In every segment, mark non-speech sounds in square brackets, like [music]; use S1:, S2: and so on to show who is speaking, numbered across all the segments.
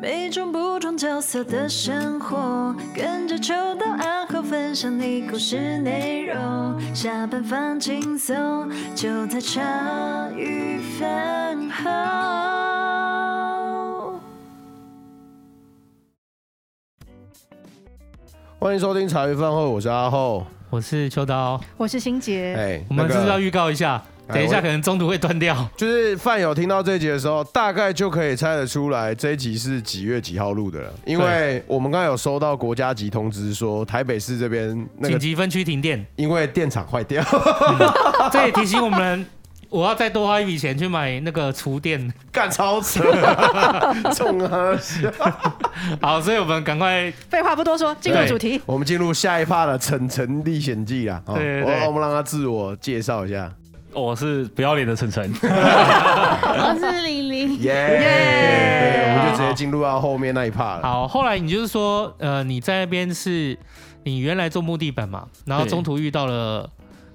S1: 每种不同角色的生活，跟着秋到暗号分享你故事内容。下班放轻松，就在茶余饭后。
S2: 欢迎收听茶余饭后，我是阿厚。
S3: 我是秋刀，哦
S4: 我是欣杰。
S2: 哎，
S3: 我们
S2: 那
S3: 是
S2: 个
S3: 不是要预告一下？
S2: 哎
S3: 等一
S2: 我
S3: 下可能中途会断掉。
S2: 就是饭友听到这一集的时候，大概就可以猜得出来这一集是几月几号录的了，因为我们刚刚有收到国家级通知说，台北市这边那
S3: 紧
S2: 个
S3: 急分区停电，
S2: 因为电厂坏掉， [laughs]
S3: 这也提醒我们， [laughs] 我要再多花一笔钱去买那个厨电。 [laughs]
S2: 干超扯，中啊！
S3: 好，所以我们赶快
S4: 废话不多说，进入主题。
S2: 哎我们进入下一趴的《晨晨历险记》啦。哦
S3: 对对对
S2: 我我们让他自我介绍一下。
S5: 我哦是不要脸的晨 [laughs] 晨，
S4: 我是玲玲。
S2: 耶！对，我们就直接进入到后面那一趴了。
S3: 好。后来你就是说，呃，你在那边是你原来做木地板嘛，然后
S5: 对
S3: 中途遇到了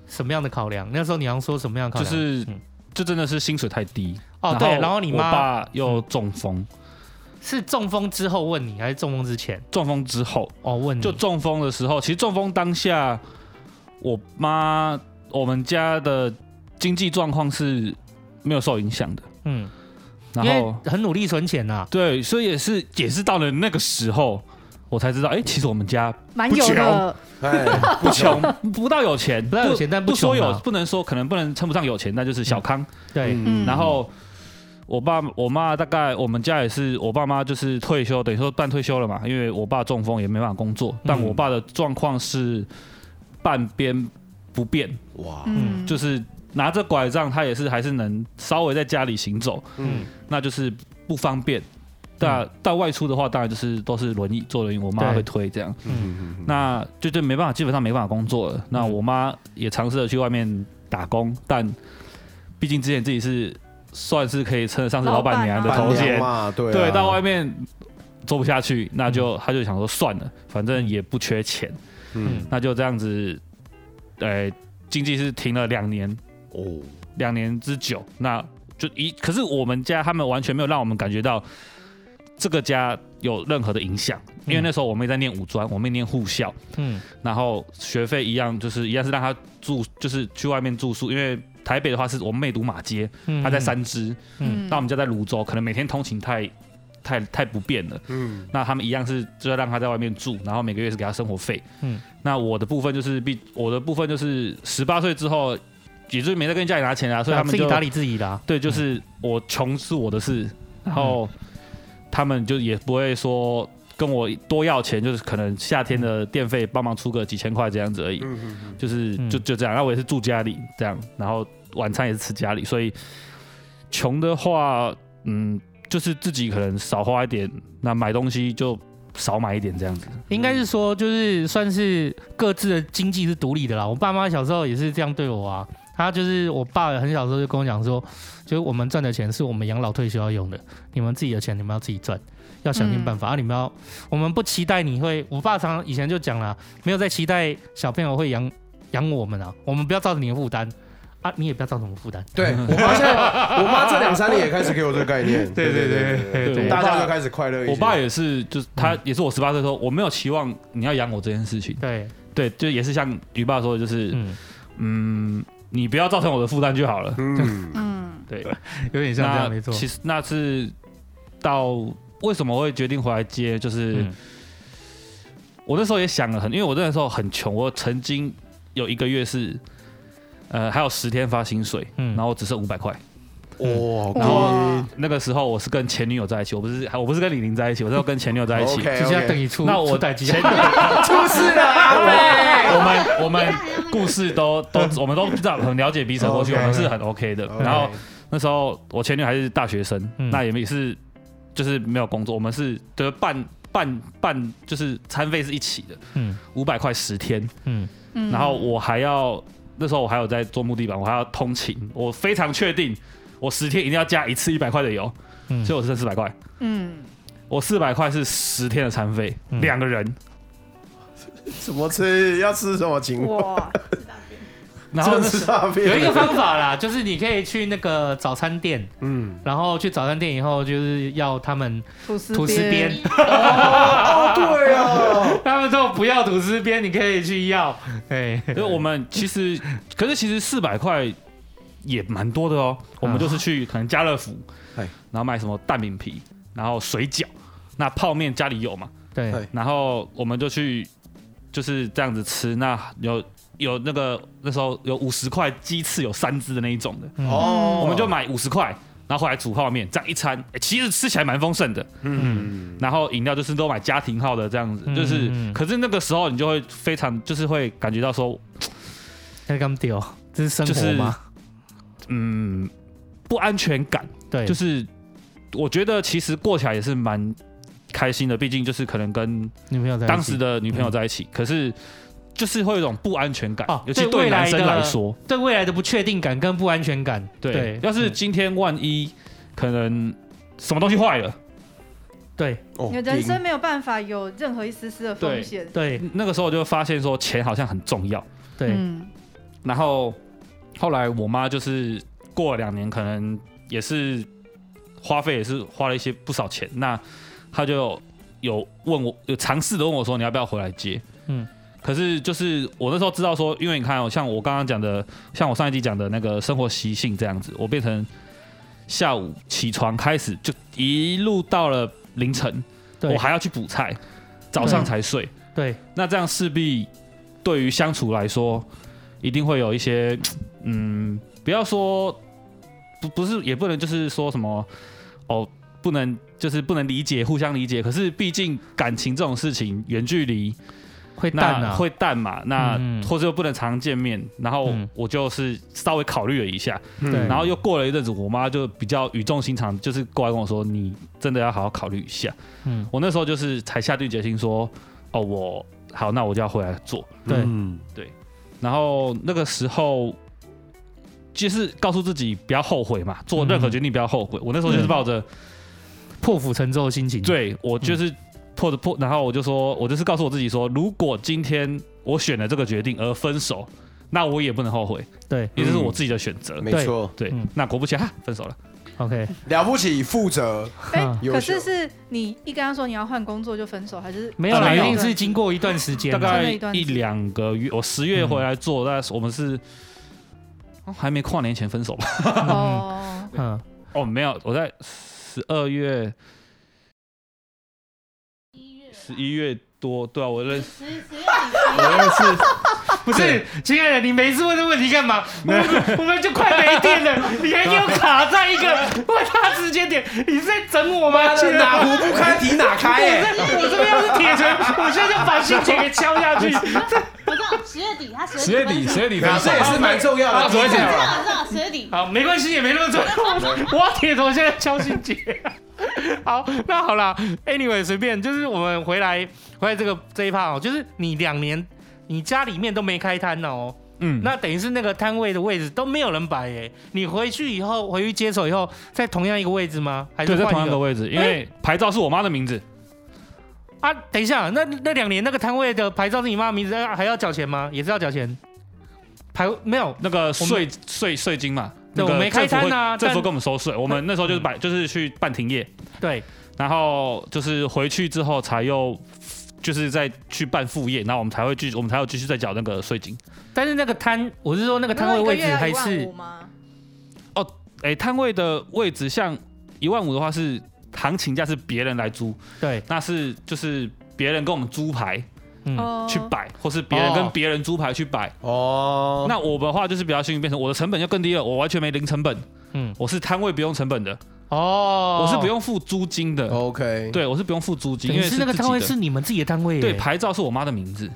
S3: 什么样的考量？那时候你好像说什么样的考
S5: 就
S3: 量？
S5: 是
S3: 嗯
S5: 就真的是薪水太低
S3: 哦对，然后你
S5: 我
S3: 妈
S5: 爸又中风，
S3: 是中风之后问你，还是中风之前？
S5: 中风之后
S3: 哦，问你
S5: 就中风的时候，其实中风当下，我妈我们家的经济状况是没有受影响的，
S3: 嗯，因
S5: 然
S3: 为
S5: 后
S3: 很努力存钱啊呐、
S5: 对，所以也是也是到了那个时候，我才知道，哎、其实我们家
S4: 蛮有的，
S2: 哎，
S5: 不穷，不到有钱，不
S3: 到有钱但不
S5: 不说
S3: 穷啊
S5: 有，不能说可能不能称不上有钱，那就是小康。
S3: 对，
S4: 嗯
S5: 然后我爸我妈大概我们家也是，我爸妈就是退休，等于说半退休了嘛，因为我爸中风也没办法工作，但
S3: 嗯
S5: 我爸的状况是半边不变，
S2: 哇，
S4: 嗯，
S5: 就是拿着拐杖，他也是还是能稍微在家里行走，
S2: 嗯，
S5: 那就是不方便。但到外出的话，当然就是都是轮椅，坐轮椅，我妈
S3: 对
S5: 会推这样，
S2: 嗯，
S5: 那就就没办法，基本上没办法工作了。那
S3: 嗯
S5: 我妈也尝试着去外面打工，但毕竟之前自己是算是可以称得上是老板娘的
S4: 老板啊
S5: 头
S2: 头衔
S5: 衔，
S2: 嘛，对啊，
S5: 对，到外面做不下去，那
S3: 嗯
S5: 就她就想说算了，反正也不缺钱，
S2: 嗯，
S5: 那就这样子，呃，经济是停了两年，
S2: 哦，
S5: 两年之久，那就一可是我们家他们完全没有让我们感觉到这个家有任何的影响，因为
S3: 嗯
S5: 那时候我妹在念五专，我妹念护校，
S3: 嗯
S5: 然后学费一样就是一样是让她住，就是去外面住宿，因为台北的话是我妹读马街，
S3: 嗯
S5: 她在三芝，
S3: 嗯
S5: 那我们家在泸州，可能每天通勤太太太不便了，
S2: 嗯，
S5: 那他们一样是就要让她在外面住，然后每个月是给她生活费，
S3: 嗯
S5: 那我的部分就是必我的部分就是十八岁之后。也就是没在跟家里拿钱啊，所以他们
S3: 自己
S5: 就
S3: 打理自己的啊、
S5: 对，就是我穷是我的事，然后他们就也不会说跟我多要钱，就是可能夏天的电费帮忙出个几千块这样子而已，就是
S3: 嗯
S5: 就就这样。然后我也是住家里这样，然后晚餐也是吃家里，所以穷的话，嗯，就是自己可能少花一点，那买东西就少买一点这样子。
S3: 应该是说，就是算是各自的经济是独立的啦。我爸妈小时候也是这样对我啊，他就是我爸很小时候就跟我讲说，就是我们赚的钱是我们养老退休要用的，你们自己的钱你们要自己赚，要想尽办法、啊！你们要，我们不期待你会，我爸常常以前就讲啦，没有在期待小朋友会养养我们啊，我们不要造成你的负担啊，你也不要造成我们负担。
S2: 对我发现我妈这两三年也开始给我这个概念，
S3: 对对对对
S5: [laughs] 对
S2: 大
S5: 我
S2: 家
S5: 爸
S2: 就开始快乐一些。
S5: 我爸也是，就是他也是我十八岁的时候，我没有期望你要养我这件事情。
S3: 对，
S5: 对，就也是像于爸说的，就是
S3: 嗯，
S5: 嗯，你不要造成我的负担就好
S3: [laughs]
S5: 了。
S2: 嗯，
S5: [laughs]
S4: 嗯，
S5: 对，
S3: 有点像这
S5: 那
S3: 样没错。
S5: 其实那是到为什么会决定回来接，就是、
S3: 嗯
S5: 我那时候也想了很，因为我那时候很穷，我曾经有一个月是，呃，还有十天发薪水，
S3: 嗯
S5: 然后只剩五百块。
S2: 哇，
S5: 然
S4: 哇，
S5: 那个时候我是跟前女友在一起，我不是我不是跟李玲在一起，我是跟前女友在一
S3: [laughs]
S5: 起。
S2: OK，
S3: 直接要等你出，
S5: 那我
S3: 出代机 [laughs]
S5: 前
S2: 出事了，
S5: 我们我们故事都都我们都知道很了解彼此的过去，我
S2: OK，OK
S5: 们是很 OK 的。然后那时候我前女友还是大学生，
S3: 嗯
S5: 那也没是就是没有工作，我们是就是半半半就是餐费是一起的，
S3: 嗯
S5: 五百块十天，
S3: 嗯
S4: 嗯
S5: 然后我还要那时候我还有在做木地板，我还要通勤，我非常确定我十天一定要加一次一百块的油，
S3: 嗯，
S5: 所以我只剩四百块，
S4: 嗯，
S5: 我四百块是十天的餐费，
S3: 嗯
S5: 两个人
S2: 什么吃？要吃什么情况？
S4: 哇，
S5: 然后
S2: 政治诈骗
S3: 有一个方法啦，就是你可以去那个早餐店，
S2: 嗯，
S3: 然后去早餐店以后，就是要他们
S4: 吐司
S3: 吐司边，
S2: 哦对
S5: 啊
S2: 哦，
S3: 他们说不要吐司边，你可以去要。对，
S5: 因为我们
S3: [laughs]
S5: 其实，可是其实四百块也蛮多的哦。我们就是去可能家乐福，
S2: 嗨
S3: 啊哎
S5: 然后买什么蛋饼皮，然后水饺，那泡面家里有嘛，
S3: 对，
S5: 然后我们就去就是这样子吃。那有有那个那时候有五十块鸡翅，有三只的那一种的，
S2: [laughs]
S3: 嗯
S2: 哦，
S5: 我们就买五十块。然后回来煮泡面，这样一餐，诶其实吃起来蛮丰盛的。
S2: 嗯，
S5: 然后饮料就是都买家庭号的这样子，就是，
S3: 嗯嗯
S5: 可是那个时候你就会非常，就是会感觉到说，
S3: 那刚丢，这是生
S5: 就
S3: 活
S5: 是
S3: 吗？
S5: 嗯，不安全感，
S3: 对，
S5: 就是是我觉得其实过起来也是蛮开心的，毕竟就是可能跟
S3: 女朋友在一起
S5: 当时的女朋友在一起，可是就是会有一种不安全感，
S3: 嗯哦
S5: 尤其
S3: 对
S5: 对
S3: 未来
S5: 男生
S3: 的
S5: 来说，
S3: 对未来的不确定感跟不安全感。
S5: 对，
S3: 对，嗯
S5: 要是今天万一可能什么东西坏了，
S3: 对
S2: 哦
S4: 你的人
S5: 嗯
S4: 生没有办法有任何一丝丝的风险。
S3: 对
S5: 那个时候我就发现说钱好像很重要，
S3: 对，
S4: 嗯，
S5: 然后后来我妈就是过了两年，可能也是花费也是花了一些不少钱，那她就有问我，有尝试的问我说你要不要回来接？
S3: 嗯
S5: 嗯，可是就是我那时候知道说，因为你看哦，像我刚刚讲的，像我上一集讲的那个生活习性这样子，我变成下午起床开始就一路到了凌晨，
S3: 对
S5: 我还要去补菜，早上
S3: 对
S5: 才睡。
S3: 对
S5: 那这样势必对于相处来说，一定会有一些，嗯，不要说不不是也不能就是说什么哦，不能就是不能理解，互相理解。可是毕竟感情这种事情，远距离
S3: 会淡
S5: 那
S3: 啊，
S5: 会淡嘛，那、
S3: 嗯
S5: 或者又不能常见面。然后
S3: 嗯
S5: 我就是稍微考虑了一下，
S2: 嗯
S3: 对
S5: 然后又过了一阵子，我妈就比较语重心长，就是过来跟我说：“你真的要好好考虑一下。”
S3: 嗯
S5: 我那时候就是才下定决心说，哦，我好，那我就要回来做。
S3: 对
S2: 嗯
S5: 然后那个时候，就是告诉自己不要后悔嘛，做任何决定不要后悔。我那时候就是抱着，
S4: 嗯
S3: 破釜沉舟的心情。
S5: 对我就是破着破，然后我就说，我就是告诉我自己说，如果今天我选了这个决定而分手，那我也不能后悔，
S3: 对
S5: 因为这是我自己的选择。
S2: 没
S3: 对
S2: 错，
S5: 对
S3: 嗯，
S5: 那果不其然，哈分手了。
S3: ，OK，
S2: 了不起，负责，
S4: 哎
S3: 嗯，
S2: 优
S4: 可
S2: 秀
S4: 是是你一跟他说你要换工作就分手，还是
S3: 没有
S5: 啊
S3: 啦，
S5: 没
S3: 一
S5: 有
S3: 定是经过一段时间
S5: 大
S3: 啦，
S5: 概
S4: 真的一段
S5: 一
S4: 时间
S5: 两个月，我十月回来做，但是我们是、哦还没跨年前分手吧？
S4: 哦，
S3: 嗯，
S5: 哦，没有，我在十二月、十一月多，对啊，我认识，我认 [laughs] 识，
S3: 不 [laughs] 是，亲爱的，你每次问这问题
S2: [laughs]
S3: 干嘛？我们我们就快没电了，你还给我卡在
S2: [laughs]
S3: 一个问他时间点，你是在整我吗？亲爱的
S2: 哪壶不开提哪
S5: [laughs]
S2: 开
S3: 我
S2: 哎，
S3: 这我这边要是铁锤，我现在就把心结给敲
S2: [laughs]
S3: 下去。
S6: 我知道十月底，他
S7: 十月底，十月底他
S2: 这也是蛮重要的，
S7: 昨天
S6: 我知道十月底，
S3: 好，没关系，也没那么准。
S2: [laughs]
S3: 我要铁头现在敲心结。好，那好啦 a n y w a y 随便，就是我们回来回来这个这一趴哦，就是你两年你家里面都没开摊哦，
S5: 嗯，
S3: 那等于是那个摊位的位置都没有人摆耶。你回去以后，回去接手以后，在同样一个位置吗？还是
S5: 对，在同
S3: 换
S5: 样
S3: 一
S5: 的
S3: 个
S5: 位置，因为牌照是我妈的名字，
S3: 啊？等一下，那那两年那个摊位的牌照是你妈的名字，啊还要缴钱吗？也是要缴钱？牌没有，
S5: 那个税税税金嘛，
S3: 对
S5: 那个
S3: 我没开摊啊
S5: 政府会
S3: 但
S5: 政府跟我们收税，我们那时候就是摆，就是去办停业，
S3: 对，
S5: 然后就是回去之后才又。就是再去办副业，然后我们才会继续，我们才有继续再缴那个税金。
S3: 但是那个摊，我是说那个摊
S4: 那
S3: 位
S4: 一个
S3: 位
S4: 月
S3: 置
S4: 要
S3: 还
S4: 1万
S3: 是
S4: 五吗？
S5: 哎、摊位的位置像一万五的话是行情价是别人来租，
S3: 对，
S5: 那是就是别人跟我们租牌
S3: 嗯，
S4: 哦
S5: 去摆，或是别人
S2: 哦
S5: 跟别人租牌去摆。
S2: 哦，
S5: 那我的话就是比较幸运，变成我的成本就更低了，我完全没零成本，
S3: 嗯，
S5: 我是摊位不用成本的，
S3: 哦，
S5: 我是不用付租金的，
S2: OK，，
S5: 对我是不用付租金，
S3: 等
S5: 因
S3: 于
S5: 为
S3: 是那个
S5: 自己
S3: 摊位
S5: 的
S3: 是你们自己的摊位耶，
S5: 对牌照是我妈的名字，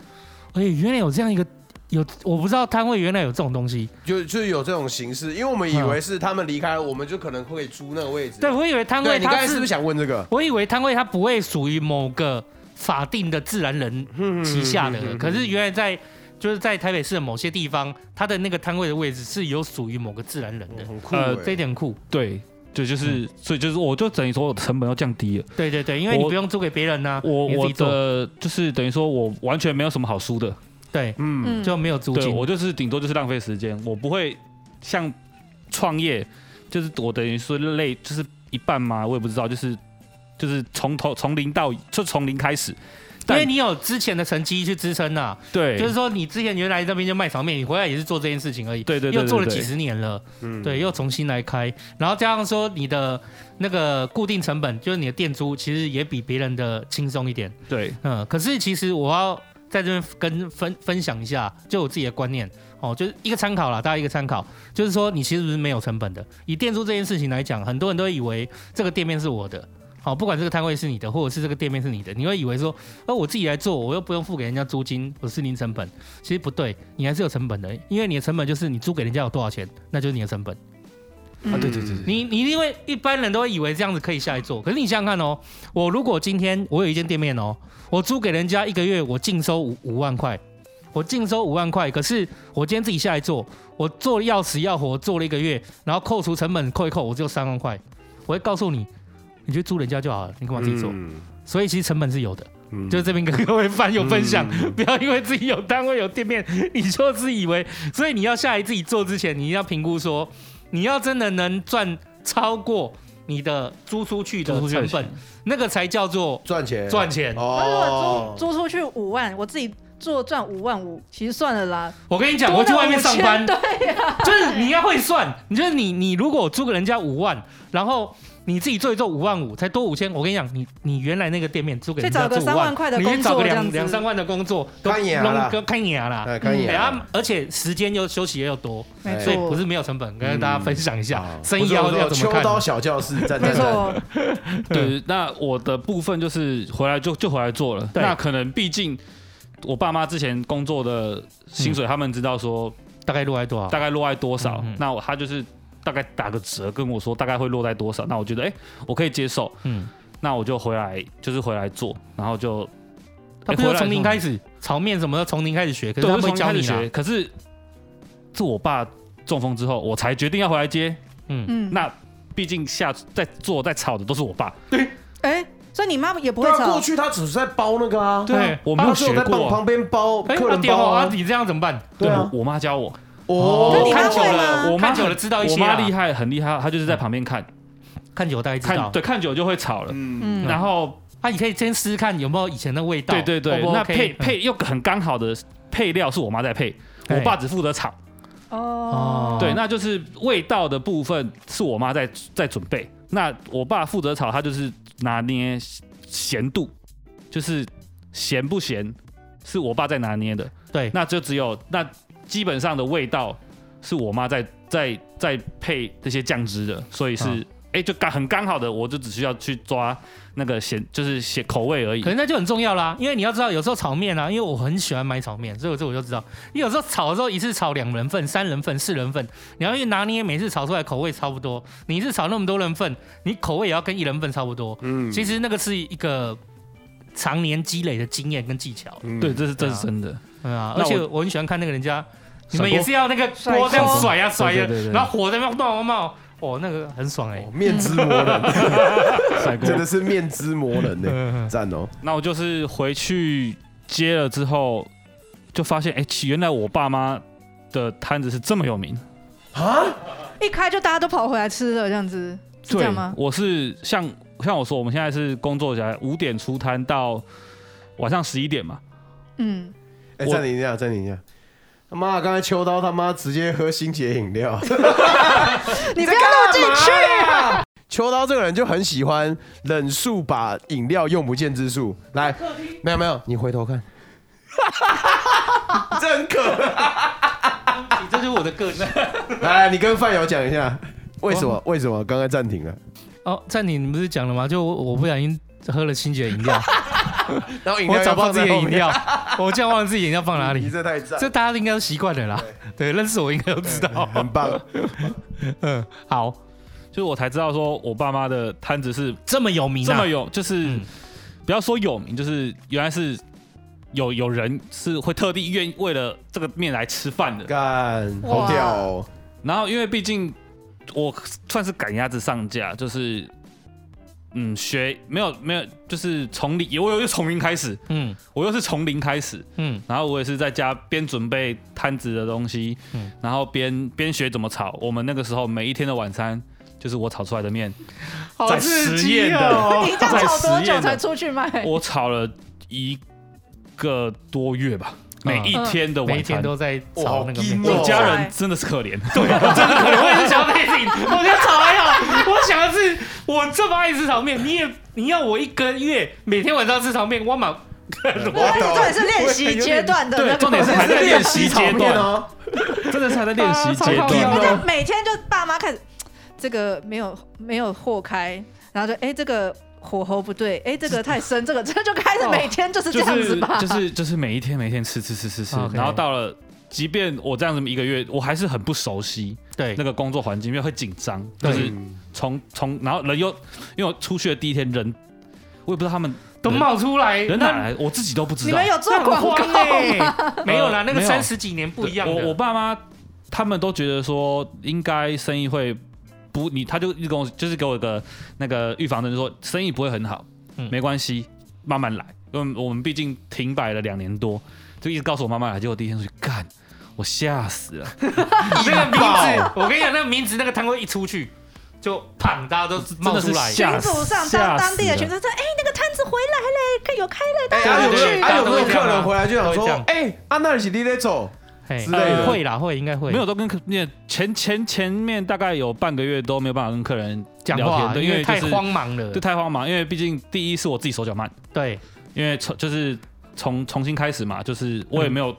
S3: 哎，原来有这样一个有，我不知道摊位原来有这种东西。
S2: 就就是有这种形式，因为我们以为是他们离开，我们就可能会租那个位置。
S3: 对，我以为摊位
S2: 对，你刚
S3: 它
S2: 才是不是想问这个？
S3: 我以为摊位它不会属于某个法定的自然人
S5: 嗯
S3: 旗下的，可是原来在就是在台北市的某些地方，它的那个摊位的位置是有属于某个自然人的，
S2: 很酷
S5: 呃
S2: 欸
S3: 这一点酷。
S5: 对。对，就是，
S3: 嗯
S5: 所以就是，我就等于说，我的成本要降低了。
S3: 对对对，因为你
S5: 我
S3: 不用租给别人呐、啊
S5: 我
S3: 你自
S5: 我
S3: 己做
S5: 的就是等于说，我完全没有什么好输的。
S3: 对，
S2: 嗯，
S4: 嗯，
S3: 就没有租
S5: 对
S3: 金。
S5: 我就是顶多就是浪费时间，我不会像创业，就是我等于说累，就是一半嘛，我也不知道，就是就是从头从零到就从零开始，
S3: 因
S5: 但
S3: 为你有之前的成绩去支撑呐、
S5: 对，
S3: 就是说你之前原来那边就卖场面，你回来也是做这件事情而已，
S5: 对对对对
S3: 又做了
S5: 对
S3: 几十年了，
S2: 嗯
S3: 对，又重新来开，然后加上说你的那个固定成本，就是你的店租，其实也比别人的轻松一点， [laughs]
S5: 对
S3: 嗯，可是其实我要在这边跟分分享一下，就我自己的观念哦，就是一个参考啦，大家一个参考，就是说你其实是没有成本的。以店租这件事情来讲，很多人都会以为这个店面是我的，好、不管这个摊位是你的，或者是这个店面是你的，你会以为说，呃，我自己来做，我又不用付给人家租金，我是零成本。其实不对，你还是有成本的，因为你的成本就是你租给人家有多少钱，那就是你的成本。
S4: 嗯
S5: 啊，对对对对，
S3: 你你因为一般人都会以为这样子可以下来做，可是你想想看哦，我如果今天我有一间店面哦，我租给人家一个月，我净收五五万块，我净收五万块，可是我今天自己下来做，我做得要死要活做了一个月，然后扣除成本扣一扣，我只有三万块，我会告诉你，你去租人家就好了，你干嘛自己做？所以其实成本是有的，
S2: 嗯
S3: 就是这边跟各位饭友分享，
S2: 嗯
S3: 不要因为自己有单位有店面，你就自以为。所以你要下来自己做之前，你一定要评估说，你要真的能赚超过你的租出去的
S5: 租出去
S3: 成
S5: 的
S3: 本，那个才叫做
S2: 赚钱哦
S3: 赚钱。
S4: 那如
S3: 哦
S4: 果租租出去五万，我自己做赚五万五，其实算了啦。
S3: 我跟你讲，
S4: 多
S3: 我去
S4: 了
S3: 外面上班
S4: 5000，对呀、
S3: 就是你要会算，你就是你你如果租给人家五万，然后。你自己做一做五万五，才多五千。我跟你讲，你你原来那个店面租给人家
S4: 去找个
S3: 做
S4: 三
S3: 5
S4: 万块的
S3: 你去找个
S4: 工作这
S3: 两
S4: 样子
S3: 两三万的工作，都
S2: 看牙
S3: 弄
S2: 啦
S3: 个看牙啦，
S2: 哎可以
S3: 对
S2: 啊
S3: 啊，而且时间又休息又多，
S4: 没
S3: 所以
S4: 错，
S3: 不是没有成本，跟大家分享一下
S2: 哦
S3: 生意要
S2: 不错
S3: 要
S2: 不
S3: 怎
S2: 错
S3: 么看
S2: 秋。刀小教室，赞
S4: 没
S2: 赞赞。
S4: 错，
S5: 对，那我的部分就是回来就就回来做了。
S3: 对
S5: 那可能毕竟我爸妈之前工作的薪水，他们知道说
S3: 大概落在多少？
S5: 大概落在多少
S3: 嗯嗯。
S5: 那我他就是大概打个折跟我说大概会落在多少。那我觉得哎、我可以接受，
S3: 嗯，
S5: 那我就回来就是回来做，然后就
S3: 他不
S5: 回
S3: 是
S5: 来
S3: 从零
S5: 从
S3: 开始炒面什么的，从零开始学，可是
S5: 对
S3: 他
S5: 我就
S3: 会
S5: 从
S3: 教
S5: 开始
S3: 你啊啦
S5: 学。。可是自我爸中风之后，我才决定要回来接。
S3: 嗯，
S4: 嗯，
S5: 那毕竟下在做在炒的都是我爸，
S4: 哎、所以你妈也不会
S2: 对啊，
S4: 吵
S2: 过，去他只是在包那个啊，
S3: 对啊
S5: 我没有
S2: 他只有
S5: 学
S2: 在帮
S5: 过啊。
S2: 旁边包
S3: 哎，
S2: 客
S3: 那
S2: 人
S3: 电
S2: 包
S3: 话啊
S2: 啊，，
S3: 你这样怎么办？
S2: 对啊，
S5: 我妈教我，
S4: 那
S2: 哦
S4: 你，
S3: 看久
S4: 还会吗
S3: 了，
S5: 我妈
S3: 看久了知道一
S5: 我
S3: 些
S5: 妈
S3: 啊。
S5: 厉害，很厉害，她就是在旁边看，
S3: 看久了大概知
S5: 看
S3: 道。
S5: 对，看久就会吵了。
S2: 嗯，
S4: 嗯，
S5: 然后
S3: 啊，你可以先试试看有没有以前的味道。
S5: 对对对
S3: O，不
S5: 那
S3: OK？
S5: 配
S3: 嗯
S5: 配又很刚好的配料是我妈在配，我
S3: 哎
S5: 爸只负责炒。
S3: 嗯
S4: 哦，
S5: 对，那就是味道的部分是我妈在在准备，那我爸负责炒，他就是拿捏咸度，就是咸不咸是我爸在拿捏的，
S3: 对
S5: 那就只有那基本上的味道是我妈在在在配这些酱汁的，所以是哎
S3: 嗯、
S5: 诶就刚很刚好的，我就只需要去抓那个咸就是咸口味而已
S3: 可。是那就很重要啦，因为你要知道，有时候炒面啊，因为我很喜欢买炒面，所以我这我就知道，你有时候炒的时候一次炒两人份、三人份、四人份，你要去拿捏每次炒出来口味差不多。你一次炒那么多人份，你口味也要跟一人份差不多。
S2: 嗯
S3: 其实那个是一个常年积累的经验跟技巧，
S2: 嗯
S5: 对，这是这
S3: 对
S5: 是
S3: 啊
S5: 真的。
S3: 嗯啊，
S5: 那
S3: 而
S5: 我
S3: 且我很喜欢看那个人家，你们
S5: 甩锅
S3: 也是要那个锅这样甩呀、甩呀、
S5: 对对对对
S3: 然后火在那边冒冒冒，哦，那个很爽哎、
S2: 哦面之魔人， [laughs]
S5: 帅哥
S2: 真的是面之魔人
S3: [laughs]
S2: 呢，
S3: 嗯
S2: 赞哦，
S5: 那我就是回去接了之后，就发现哎、其原来我爸妈的摊子是这么有名。
S4: 一开就大家都跑回来吃了，这样子是这样吗？
S5: 我是像像我说，我们现在是工作起来五点出摊到晚上十一点嘛。
S4: 嗯，
S2: 哎，
S5: 我
S2: 暂停一下，暂停一下。他妈，刚才秋刀他妈直接喝新杰饮
S4: [laughs]
S2: 料，
S4: 你不要录进去，
S2: 去。 [laughs] 秋刀这个人就很喜欢忍术把饮料用不见之术。来，没有没有，你回头 [laughs] 看，你这很可爱。
S3: 你这就是我的个性。
S2: 来，来你跟饭友讲一下，为什么为什么刚才暂停了？
S3: 哦，暂停，你不是讲了吗？就我我不小心喝了清洁饮料，
S2: 然后饮
S3: 我
S2: 料
S3: 找不到
S2: 放
S3: 自
S2: 在
S3: 己的
S2: 后
S3: 饮
S2: 面，
S3: 料，我竟然忘了自己饮料放
S2: [laughs]
S3: 哪
S2: 你
S3: 里。
S2: 这太赞，
S3: 这大家应该都习惯了啦，对，认识我应该都知道。
S2: 很 [laughs] 棒。
S3: 嗯，好，
S5: 就是我才知道说我爸妈的摊子是
S3: 这么有名、啊，
S5: 这么有，就是
S3: 嗯
S5: 不要说有名，就是原来是有有人是会特地愿意为了这个面来吃饭的。
S2: 干，
S4: 哇
S2: 好屌哦！
S5: 然后因为毕竟我算是赶鸭子上架，就是嗯学没有没有，就是从零，我又又从零开始，
S3: 嗯
S5: 我又是从零开始，
S3: 嗯
S5: 然后我也是在家边准备摊子的东西，
S3: 嗯
S5: 然后边边学怎么炒。我们那个时候每一天的晚餐就是我炒出来的面，
S3: 好
S5: 在
S3: 刺
S5: 实
S3: 激
S5: 验
S3: 哦
S5: 的，
S4: 你这样
S5: 在
S4: 炒多
S5: 实验
S4: 久
S5: 的
S4: 才出去卖？ [laughs]
S5: 我炒了一个多月吧，每一天的
S3: 嗯每一天
S5: 晚餐。
S3: 都在炒那个面。
S2: 哇好硬哦
S5: 我家人真的是可怜，对，
S3: [laughs] 我也是想要配饼，我觉得炒还好。我想的是，我这么爱吃炒面，你也你要我一个月每天晚上吃炒面，我满
S4: 而且重点
S2: 我
S4: 是练习阶段的那
S5: 对，
S4: 个，[laughs]
S5: 重点是还在练习阶
S2: 面
S5: 段，
S2: 哦，
S5: 真的是还在练习阶
S3: 啊超
S4: 而
S5: 段
S3: 好。
S4: 且每天就爸妈开始，这个没有没有豁开，然后就哎、这个火候不对，哎、这个太深，这个这就开始每天 [laughs] 就是这
S5: 就
S4: 样
S5: 是
S4: 子吧，
S5: 就是就是每一天每一天吃吃吃吃吃
S3: OK，
S5: 然后到了，即便我这样子一个月，我还是很不熟悉
S3: 对
S5: 那个工作环境，因为会紧张，就是从从然后人又因为我出去的第一天人，我也不知道他们
S3: 都冒出来，
S5: 人哪
S3: 那
S5: 来，我自己都不知
S4: 你
S5: 道
S4: 们。有做
S3: 这
S4: 广
S3: 很慌
S4: 告
S3: 欸没有啦，
S5: 呃
S3: 那个
S5: 没有
S3: 三十几年不一样的。
S5: 我我爸妈他们都觉得说，应该生意会不你，他就一直跟我就是给我一个那个预防针，就说生意不会很好，
S3: 嗯
S5: 没关系，慢慢来。因为我们毕竟停摆了两年多，就一直告诉我慢慢来。结果第一天出去干，我吓死了，
S3: 那个名字，我跟你讲，那个名字那个摊位一出去，就砰，大家都冒出
S5: 真的
S3: 来
S5: 是。吓
S4: 群主上
S5: 吓
S4: 当
S5: 死
S4: 当地的
S5: 了
S4: 群主说，哎、那个摊子回来嘞，可以有开了，
S2: 哎，啊有没有
S3: 大
S2: 啊
S3: 家
S2: 有
S3: 都
S2: 没
S3: 会
S2: 有
S3: 这样
S2: 客人回来就想
S3: 都会
S2: 说
S3: 这样，
S2: 哎，啊那你是你在走？
S3: 嘿
S2: 之类的
S3: 呃会啦，会应该会。
S5: 没有都跟客那前前前面大概有半个月都没有办法跟客人
S3: 讲
S5: 聊
S3: 话啊
S5: 天，，对，因
S3: 为
S5: 就
S3: 太
S5: 是
S3: 慌忙了
S5: 就。太嗯慌忙，因为毕竟第一是我自己手脚慢，
S3: 对，
S5: 因为从就是从重新开始嘛，就是我也没有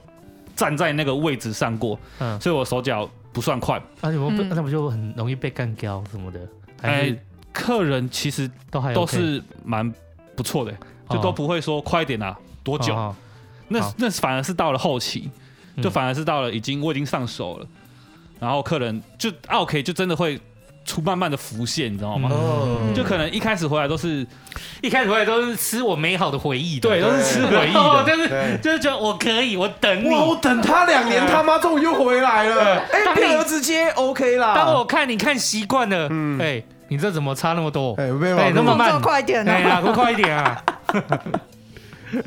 S5: 站在那个位置上过，
S3: 嗯，
S5: 所以我手脚不算快。
S3: 而且我啊不，
S4: 嗯
S3: 那不就很容易被干掉什么的，还
S5: 哎
S3: 是，
S5: 客人其实
S3: 都还
S5: 都
S3: OK
S5: 是蛮不错的，就都不会说快一点啊，多久？
S3: 哦
S5: 那
S3: 好
S5: 那反而是到了后期，
S3: 嗯
S5: 就反而是到了已经我已经上手了，然后客人就啊 OK 就真的会出慢慢的浮现，你知道吗？
S3: 嗯
S2: 哦
S5: 就可能一开始回来都是
S3: 一开始回来都是吃我美好的回忆的，
S5: 对，都是
S3: [laughs]
S5: 吃回忆
S3: 然后
S5: 的，
S3: 就是
S2: 对
S3: 就是觉得我可以，我等你
S2: 哇，。我等他两年，他妈终于又回来了。哎，
S3: 嗯当你
S2: 变儿子接 OK 啦。
S3: 当我看你看习惯了，
S2: 嗯
S3: 哎，你这怎么差那么多？
S2: 哎，没有
S3: 哎那么
S4: 动
S3: 慢
S4: 作快一点
S3: 哎
S4: 啊，
S3: 呀，快快一
S2: [laughs]
S3: 点啊！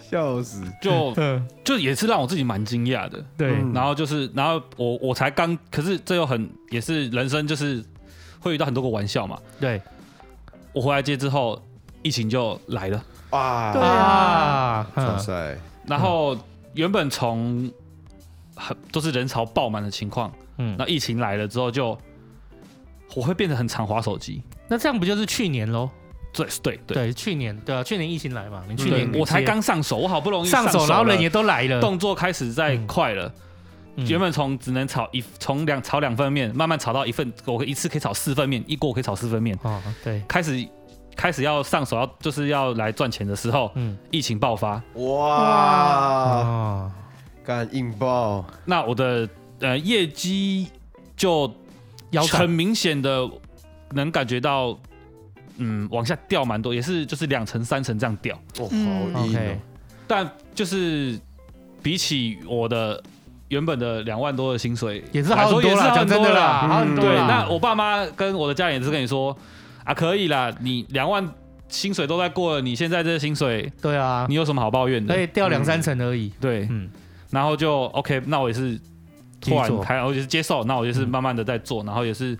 S2: 笑死。
S5: 就
S3: 嗯，
S5: 就也是让我自己蛮惊讶的。
S3: 对，
S2: 嗯
S5: 然后就是，然后我我才刚，可是这又很也是人生，就是会遇到很多个玩笑嘛。
S3: 对
S5: 我回来接之后，疫情就来了，
S2: 哇，
S4: 对啊，
S2: 哇
S3: 嗯
S2: 塞，
S5: 然后原本从很都是人潮爆满的情况，
S3: 嗯，
S5: 那疫情来了之后就，我会变得很常滑手机。
S3: 那这样不就是去年喽？
S5: 对对对，
S3: 对，去年对啊，去年疫情来嘛，你去
S5: 对
S3: 年
S5: 我才刚上手，我好不容易
S3: 上手，
S5: 手了，
S3: 然后人也都来了，
S5: 动作开始在快了。
S3: 嗯
S5: 原本从只能炒一从两炒两份面，慢慢炒到一份，我一次可以炒四份面，一锅我可以炒四份面。
S3: 哦，对，
S5: 开始开始要上手要就是要来赚钱的时候，
S3: 嗯，
S5: 疫情爆发，
S2: 哇，
S3: 哦，
S2: 干硬爆，
S5: 那我的呃业绩就
S3: 腰
S5: 很
S3: 疼，
S5: 明显的能感觉到，嗯，往下掉蛮多，也是就是两层三层这样掉，
S2: 哦，
S4: 嗯
S2: 好硬
S3: OK
S2: 哦。
S5: 但就是比起我的原本的两万多的薪水，
S3: 也是好很
S5: 来说
S3: 多
S5: 也是
S3: 啦，
S5: 好
S3: 讲
S5: 很
S3: 真
S5: 多
S3: 的啦，啊
S5: 啦。
S3: 好很
S2: 嗯
S3: 多
S5: 对，
S3: 啦。
S5: 那我爸妈跟我的家人也是跟你说啊，可以啦，你两万薪水都在过了，你现在这个薪水，
S3: 对啊，
S5: 你有嗯什么好抱怨的
S3: 所？以掉两三层而已。
S5: 对，
S3: 嗯，
S5: 然后就 OK，那我也是
S3: 继
S5: 突
S3: 续
S5: 然
S3: 做
S5: 开，我就是接受，那我
S3: 嗯
S5: 就是慢慢的在做，然后也是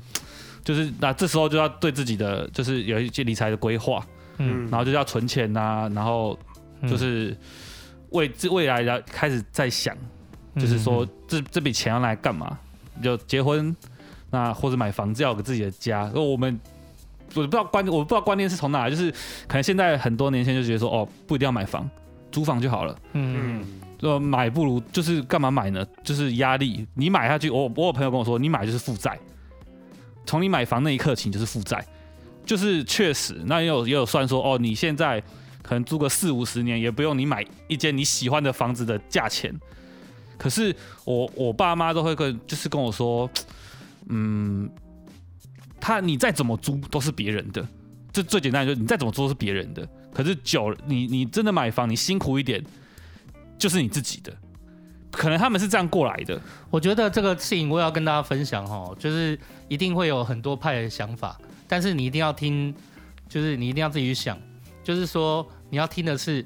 S5: 就是那这时候就要对自己的就是有一些理财的规划，
S3: 嗯，
S5: 然后就要存钱呐、然后
S3: 嗯
S5: 就是为自未来的开始在想，
S3: 嗯
S5: 就是说这这笔钱要拿来干嘛？就结婚，那或者买房子要有个自己的家。因为我们我不知道观我不知道观念是从哪来，就是可能现在很多年轻人就觉得说哦不一定要买房，租房就好了。
S3: 嗯，嗯，
S2: 嗯，
S5: 呃，买不如就是干嘛买呢？就是压力，你买下去，我我有朋友跟我说，你买就是负债，从你买房那一刻起你就是负债，就是确实，那也有也有算说，哦，你现在可能租个四五十年，也不用你买一间你喜欢的房子的价钱。可是我我爸妈都会跟就是跟我说，嗯，他你再怎么租都是别人的，这最简单的就是你再怎么租都是别人的。可是久了，你你真的买房，你辛苦一点，就是你自己的。可能他们是这样过来的，
S3: 我觉得这个事情我也要跟大家分享哦，就是一定会有很多派的想法，但是你一定要听就是你一定要自己去想，就是说你要听的是，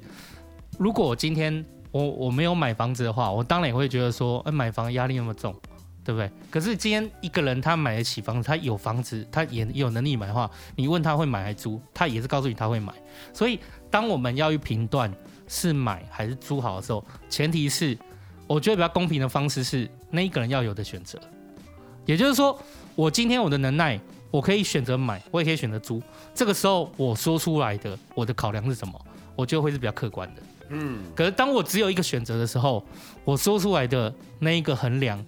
S3: 如果我今天我我没有买房子的话，我当然也会觉得说，哎、买房压力那么重，对不对？可是今天一个人他买得起房子，他有房子，他也也有能力买的话，你问他会买还租，他也是告诉你他会买。所以当我们要去评断是买还是租好的时候，前提是我觉得比较公平的方式是那一个人要有的选择，也就是说，我今天我的能耐，我可以选择买，我也可以选择租。这个时候我说出来的我的考量是什么，我就会是比较客观的。嗯，可是当我只有一个选择的时候，我说出来的那一个衡量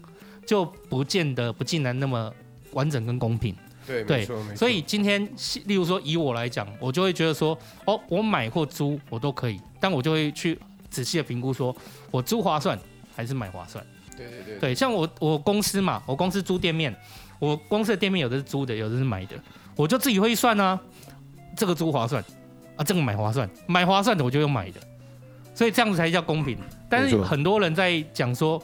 S3: 就不见得不竟然那么完整跟公平。
S2: 对
S3: 对
S2: 没错没错。
S3: 所以今天，是例如说以我来讲，我就会觉得说，哦，我买或租我都可以，但我就会去仔细的评估说，我租划算还是买划算。
S2: 对对对
S3: 对，像我我公司嘛，我公司租店面，我公司的店面有的是租的，有的是买的，我就自己会算啊，这个租划算啊，这个买划算，买划算的我就用买的，所以这样子才叫公平。但是
S2: 没错
S3: 很多人在讲说，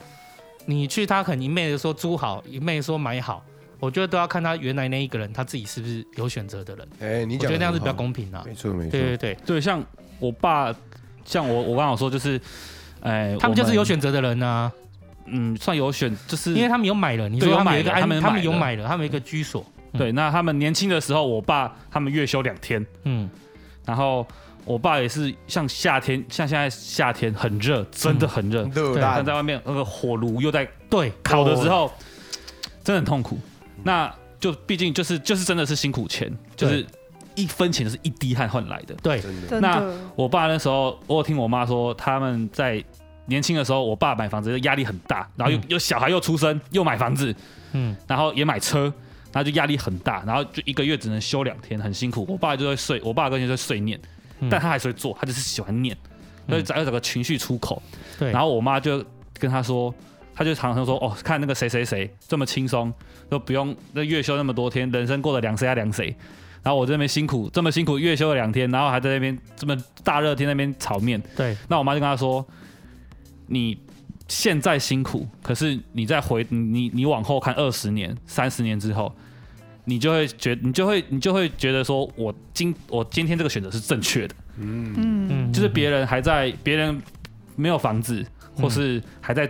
S3: 你去他很一昧的说租好，一昧地说买好，我觉得都要看他原来那一个人他自己是不是有选择的人，
S2: 哎，你
S3: 我
S2: 讲
S3: 觉得那样子比较
S2: 得很好，
S3: 公平啊。
S2: 没错没错。
S3: 对对对，
S5: 对，像我爸，像我我刚好说就是，哎，
S3: 他们就是有
S5: 我
S3: 选择的人啊，
S5: 嗯，算有选，就是
S3: 因为他们有买了，你说
S5: 对
S3: 他们有一个
S5: 有买了他
S3: 安，
S5: 们
S3: 他们有
S5: 买了
S3: 买了，他们有一个居所，
S5: 对。那他们年轻的时候，我爸他们月休两天，
S3: 嗯，
S5: 然后我爸也是像夏天，像现在夏天很热，真的很热，
S2: 热
S3: 对
S5: 但
S2: 蛋
S5: 在外面那个火炉又在
S3: 对，
S5: 烤的时候，真的很痛苦。那就毕竟就是就是真的是辛苦钱，就是一分钱就是一滴汗换来的。
S3: 对，
S2: 真的
S4: 真
S5: 那
S4: 的
S5: 我爸那时候，我有听我妈说，他们在年轻的时候，我爸买房子压力很大，然后又、
S3: 嗯
S5: 又小孩又出生，又买房子，
S3: 嗯。
S5: 然后也买车，然后就压力很大，然后就一个月只能休两天，很辛苦。我爸就在睡，我爸跟前在睡念，
S3: 嗯
S5: 但他还是会做，他就是喜欢念，所以
S3: 嗯
S5: 找要找个情绪出口。
S3: 对
S5: 然后我妈就跟他说。他就常常说：“哦，看那个谁谁谁这么轻松，都不用那月休那么多天，人生过得凉谁啊凉谁。”然后我这边辛苦这么辛苦月休了两天，然后还在那边这么大热天那边炒面，
S3: 对
S5: 那我妈就跟他说：“你现在辛苦，可是你再回你你你往后看二十年、三十年之后，你就会觉你就会你就会觉得说我今我今天这个选择是正确的，
S4: 嗯，
S3: 嗯，
S5: 就是别人还在别人没有房子，或是还在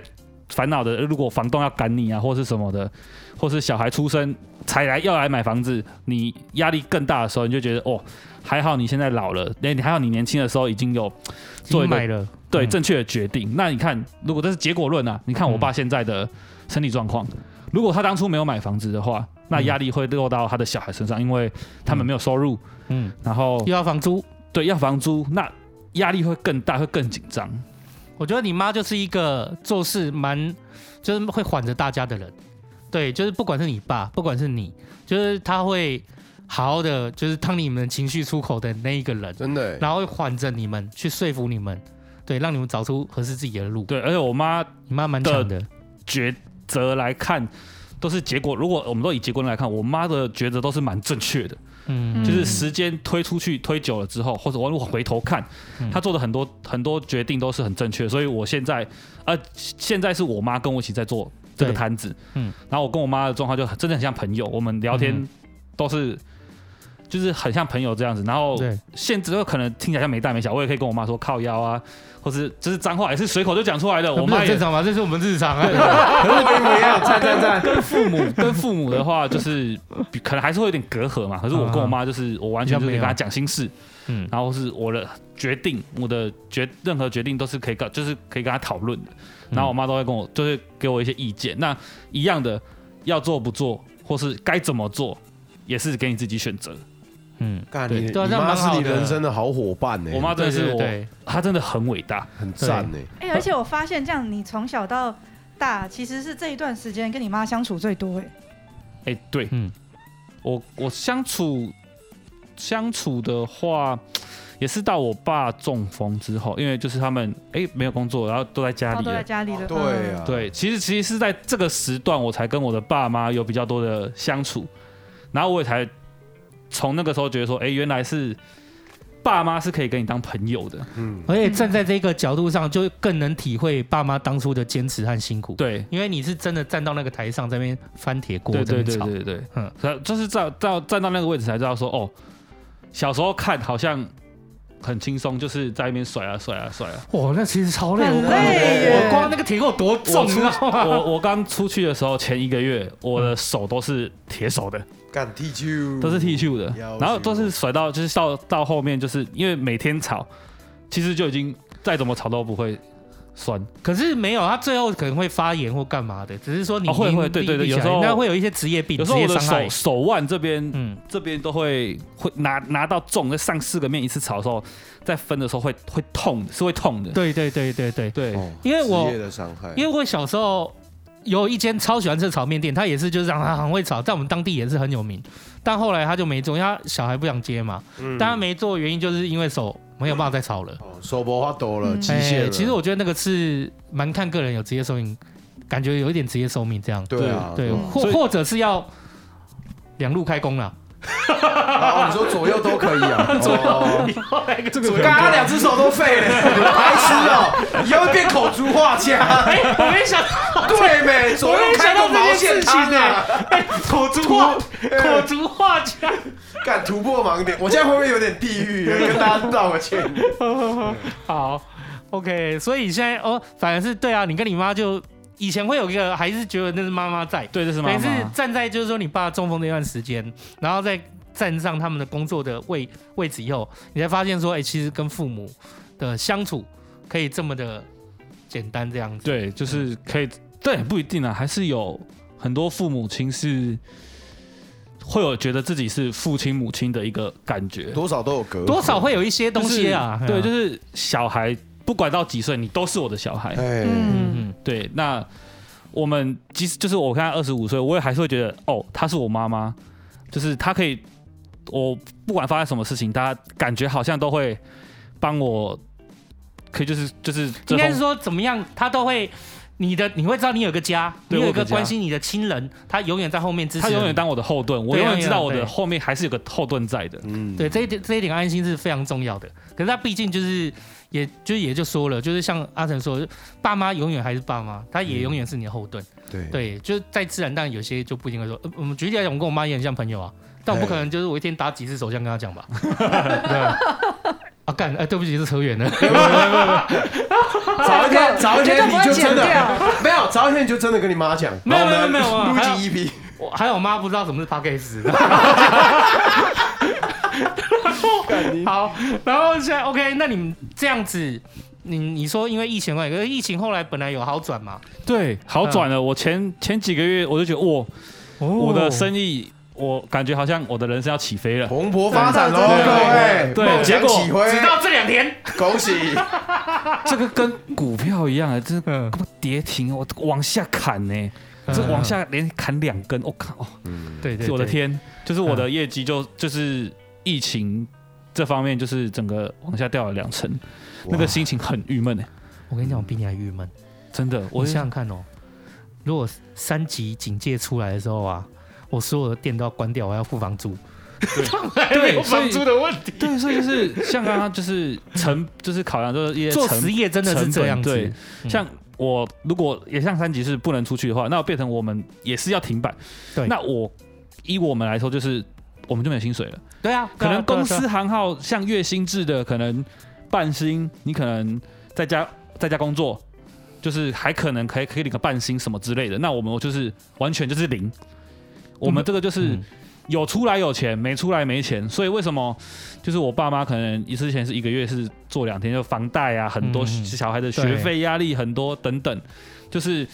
S5: 烦恼的，如果房东要赶你啊，或是什么的，或是小孩出生才来要来买房子，你压力更大的时候，你就觉得哦。”还好你现在老了，哎那你还好你年轻的时候已经有做
S3: 做
S5: 一个
S3: 买了，
S5: 对
S3: 嗯
S5: 正确的决定。那你看，如果这是结果论啊，你看我爸现在的身体状况，如果他当初没有买房子的话，那压力会落到他的小孩身上，因为他们没有收入，
S3: 嗯，
S5: 然后
S3: 又要房租。
S5: 对要房租，那压力会更大，会更紧张。
S3: 我觉得你妈就是一个做事蛮，就是会缓着大家的人。对，就是不管是你爸，不管是你，就是他会好好的，就是当你们情绪出口的那一个人，
S2: 真的欸，
S3: 然后会缓着你们去说服你们，对，让你们找出合适自己的路。
S5: 对，而且我妈
S3: 你妈蛮强的，
S5: 抉择来看。都是结果，如果我们都以结果论来看，我妈的抉择都是蛮正确的，
S3: 嗯，
S5: 就是时间推出去推久了之后，或者我如果回头看，
S3: 嗯
S5: 他做的很多很多决定都是很正确，所以我现在呃，现在是我妈跟我一起在做这个
S3: 对
S5: 摊子，
S3: 嗯
S5: 嗯，然后我跟我妈的状况就很真的很像朋友，我们聊天
S3: 嗯
S5: 都是、就是很像朋友这样子，然后
S3: 对，
S5: 现在可能听起来像没大没小，我也可以跟我妈说靠腰啊，或是就是脏话也是随口就讲出来的，我
S3: 那不是
S5: 妈
S3: 很
S5: 也
S3: 正常吗？这是我们日常啊。
S2: 一模一样，赞赞赞。
S5: 跟父母跟父母的话就是比可能还是会有点隔阂嘛，可是我跟我妈就是我完全就是跟她讲心事，
S3: [laughs] 嗯，
S5: 然后是我的决定，我的决任何决定都是可以跟，就是可以跟他讨论的。
S3: 嗯
S5: 然后我妈都会跟我，就是给我一些意见。那一样的，要做不做，或是该怎么做，也是给你自己选择。
S3: 嗯，
S2: 干
S5: 对
S2: 你，你
S3: [laughs] 对啊这样
S2: 妈
S3: 蛮
S2: 是
S3: 好
S2: 你
S3: 的
S2: 人生的好伙伴呢，
S5: 我妈
S3: 对
S5: 真的是
S3: 对
S5: 我，
S3: 对，
S5: 她真的很伟大。
S2: 很赞呢。
S4: 哎，而且我发现这样，你从小到大其实是这一段时间跟你妈相处最多哎，
S5: 哎，对
S3: 嗯，
S5: 我我相处相处的话，也是到我爸中风之后，因为就是他们哎没有工作，然后都在家
S4: 她
S5: 里
S4: 哦都
S5: 了
S4: 在。家里嗯了，
S2: 对啊，
S5: 对，其实其实是在这个时段，我才跟我的爸妈有比较多的相处，然后我也才从那个时候觉得说，哎、原来是爸妈是可以跟你当朋友的。
S2: 嗯，
S3: 而且站在这个角度上，就更能体会爸妈当初的坚持和辛苦。
S5: 对，
S3: 因为你是真的站到那个台上，在那边翻铁锅，
S5: 对
S3: 在
S5: 对
S3: 那
S5: 对
S3: 边吵。
S5: 对对，
S3: 嗯
S5: 嗯，就是到到站到那个位置才知道说，哦，小时候看好像很轻松，就是在那边甩啊甩啊甩
S3: [laughs]
S5: 啊。
S3: 哇，那其实超累，
S4: 很
S3: 我光
S4: 累耶
S3: 我光那个铁给我多重，
S5: 我
S3: 你
S5: 出
S3: 知道吗？
S5: 我我刚出去的时候，前一个月我的手都是铁手的，
S3: 嗯
S2: 干 T 恤
S5: 都是 T 恤的
S2: 要，
S5: 然后
S2: 死
S5: 都是甩到就是到到后面，就是因为每天吵，其实就已经再怎么吵都不会酸。
S3: 可是没有，他最后可能会发炎或干嘛的，只是说你
S5: 哦会
S3: 已经
S5: 会对
S3: 避
S5: 对对
S3: 避起来
S5: 有时
S3: 应
S5: 候
S3: 该会有一些职业病，
S5: 有
S3: 职
S5: 时候我
S3: 业
S5: 的
S3: 伤害
S5: 手。手腕这边
S3: 嗯，
S5: 这边都会会拿拿到重，在上四个面一次炒的时候，在分的时候会会痛，是会痛的。
S3: 对对对对对，
S5: 对，
S2: 哦
S3: 因为我
S2: 职业的伤害，
S3: 因为我小时候有一间超喜欢吃的炒面店，他也是就是让他很会炒，在我们当地也是很有名，但后来他就没做，因为他小孩不想接嘛，
S5: 嗯
S2: 为
S3: 但他没做的原因就是因为手没有办法再炒了。
S2: 哦手脖花抖了，
S4: 嗯
S2: 极限了。
S3: 哎其实我觉得那个是蛮看个人有职业寿命，感觉有一点职业寿命这样。
S2: 对啊，
S3: 对，
S2: 啊
S3: 或
S5: 所以
S3: 或者是要两路开工啦。
S2: 哦，你说左右都可以啊？
S3: [laughs]
S2: 哦，
S5: 这
S2: 刚刚两只手都废了，白痴哦！以后变口足画家，
S3: 哎，我没想
S2: [laughs]
S3: 到，
S2: 对没？左右开个毛线汤啊！
S3: 口足画，口足画家。
S2: 敢突破盲点，我现在会不会有点地狱？跟大家道个歉。
S3: 好，OK，所以现在哦，反而是对啊，你跟你妈就以前会有一个，还是觉得那是妈妈在，
S5: 对，这是妈
S3: 每次
S5: 妈。
S3: 站在就是说你爸中风那段时间，然后再站上他们的工作的位位置以后，你才发现说，哎、其实跟父母的相处可以这么的简单这样子。
S5: 对，
S3: 嗯
S5: 就是可以，但也不一定啊，还是有很多父母亲是会有觉得自己是父亲母亲的一个感觉，
S2: 多少都有隔阂
S3: 多少会有一些东西啊，
S5: 就是对，就是是小孩不管到几岁，你都是我的小孩。
S2: 哎，
S4: 嗯，
S3: 嗯嗯，
S5: 对，那我们即使就是我看他二十五岁，我也还是会觉得哦，她是我妈妈，就是她可以，我不管发生什么事情，她感觉好像都会帮我，可以就是就是
S3: 应
S5: 遮
S3: 该是
S5: 风
S3: 说怎么样，他都会。你的你会知道你有个家，你
S5: 对
S3: 有一
S5: 我有
S3: 个
S5: 个家
S3: 关心你的亲人，他永远在后面支持
S5: 她永
S3: 你
S5: 远当我的后盾，我
S3: 对啊
S5: 永远知
S3: 对
S5: 道
S3: 啊
S5: 我
S3: 对
S5: 的后面还是有个后盾在的。
S2: 嗯，
S3: 对，这一点这一点安心是非常重要的。可是他毕竟就是，也就也就说了，就是像阿成说，爸妈永远还是爸妈，他也永远是你的后盾。
S5: 嗯
S2: 对
S3: 对，就是再自然，但有些就不一定会说。呃我们举例来讲，我跟我妈也很像朋友啊，但我不可能就是我一天打几次手枪跟她讲吧。 [laughs] 对啊，啊干，哎、对不起，是扯
S5: [laughs]
S3: 远了。
S2: 早一天，早一
S4: 绝对
S2: 天你
S4: 不会
S2: 就真
S4: 剪
S2: 的
S4: 掉。
S2: [laughs] 没有，早一天你就真的跟你妈讲，
S3: 没有
S2: 然后
S3: 没有没有
S2: 我们
S3: 没有
S2: 录进一
S3: [laughs]
S2: 批，
S3: 我还有我妈不知道什么是 p a c k a [laughs] g e 好，然后现在 OK，那你们这样子，你你说因为疫情关系，可是疫情后来本来有好转嘛？
S5: 对，好转了。我前前几个月我就觉得，哇，
S3: 哦
S5: 我的生意，我感觉好像我的人生要起飞了。
S2: 蓬勃发展喽，
S4: 对
S2: 各位，
S5: 对
S2: 梦
S5: 结
S2: 想
S5: 果
S2: 起
S3: 直
S2: 飞，
S3: 到这两天，
S2: 恭
S3: [laughs]
S2: 喜！
S5: 这个跟股票一样啊，这
S3: 嗯，
S5: 跌停，我往下砍呢、这往下连砍两根，我、靠！哦
S2: 嗯，
S3: 对，对对，
S5: 我的，天，嗯就是我的业绩就就是疫情这方面就是整个往下掉了两成，那个心情很郁闷哎，
S3: 我跟你讲，我比你还郁闷。
S5: 真的，
S3: 我
S5: 我
S3: 想想看哦，如果三级警戒出来的时候啊，我所有的店都要关掉，我还要付房租，对没有
S5: 对，所
S3: 房
S5: 以
S3: 租的问题。
S5: 对，所以就是像刚刚就是成， [laughs] 就是考量就是一些
S3: 做
S5: 成
S3: 实业真的是这样
S5: 成
S3: 子
S5: 本，
S3: 嗯
S5: 像我如果也像三级是不能出去的话，那变成我们也是要停摆。
S3: 对
S5: 那我以我们来说，就是我们就没有薪水了。
S3: 对啊，
S5: 可能
S3: 对啊
S5: 公
S3: 对啊
S5: 司行号像月薪制的，可能半薪，你可能在家在家工作，就是还可能可以可以领个半薪什么之类的。那我们我就是完全就是零，我们这个就是
S3: 嗯
S5: 有出来有钱，没出来没钱。所以为什么就是我爸妈可能之前是一个月是做两天，就房贷啊，很多
S3: 嗯
S5: 小孩的学费压力很多等等，就是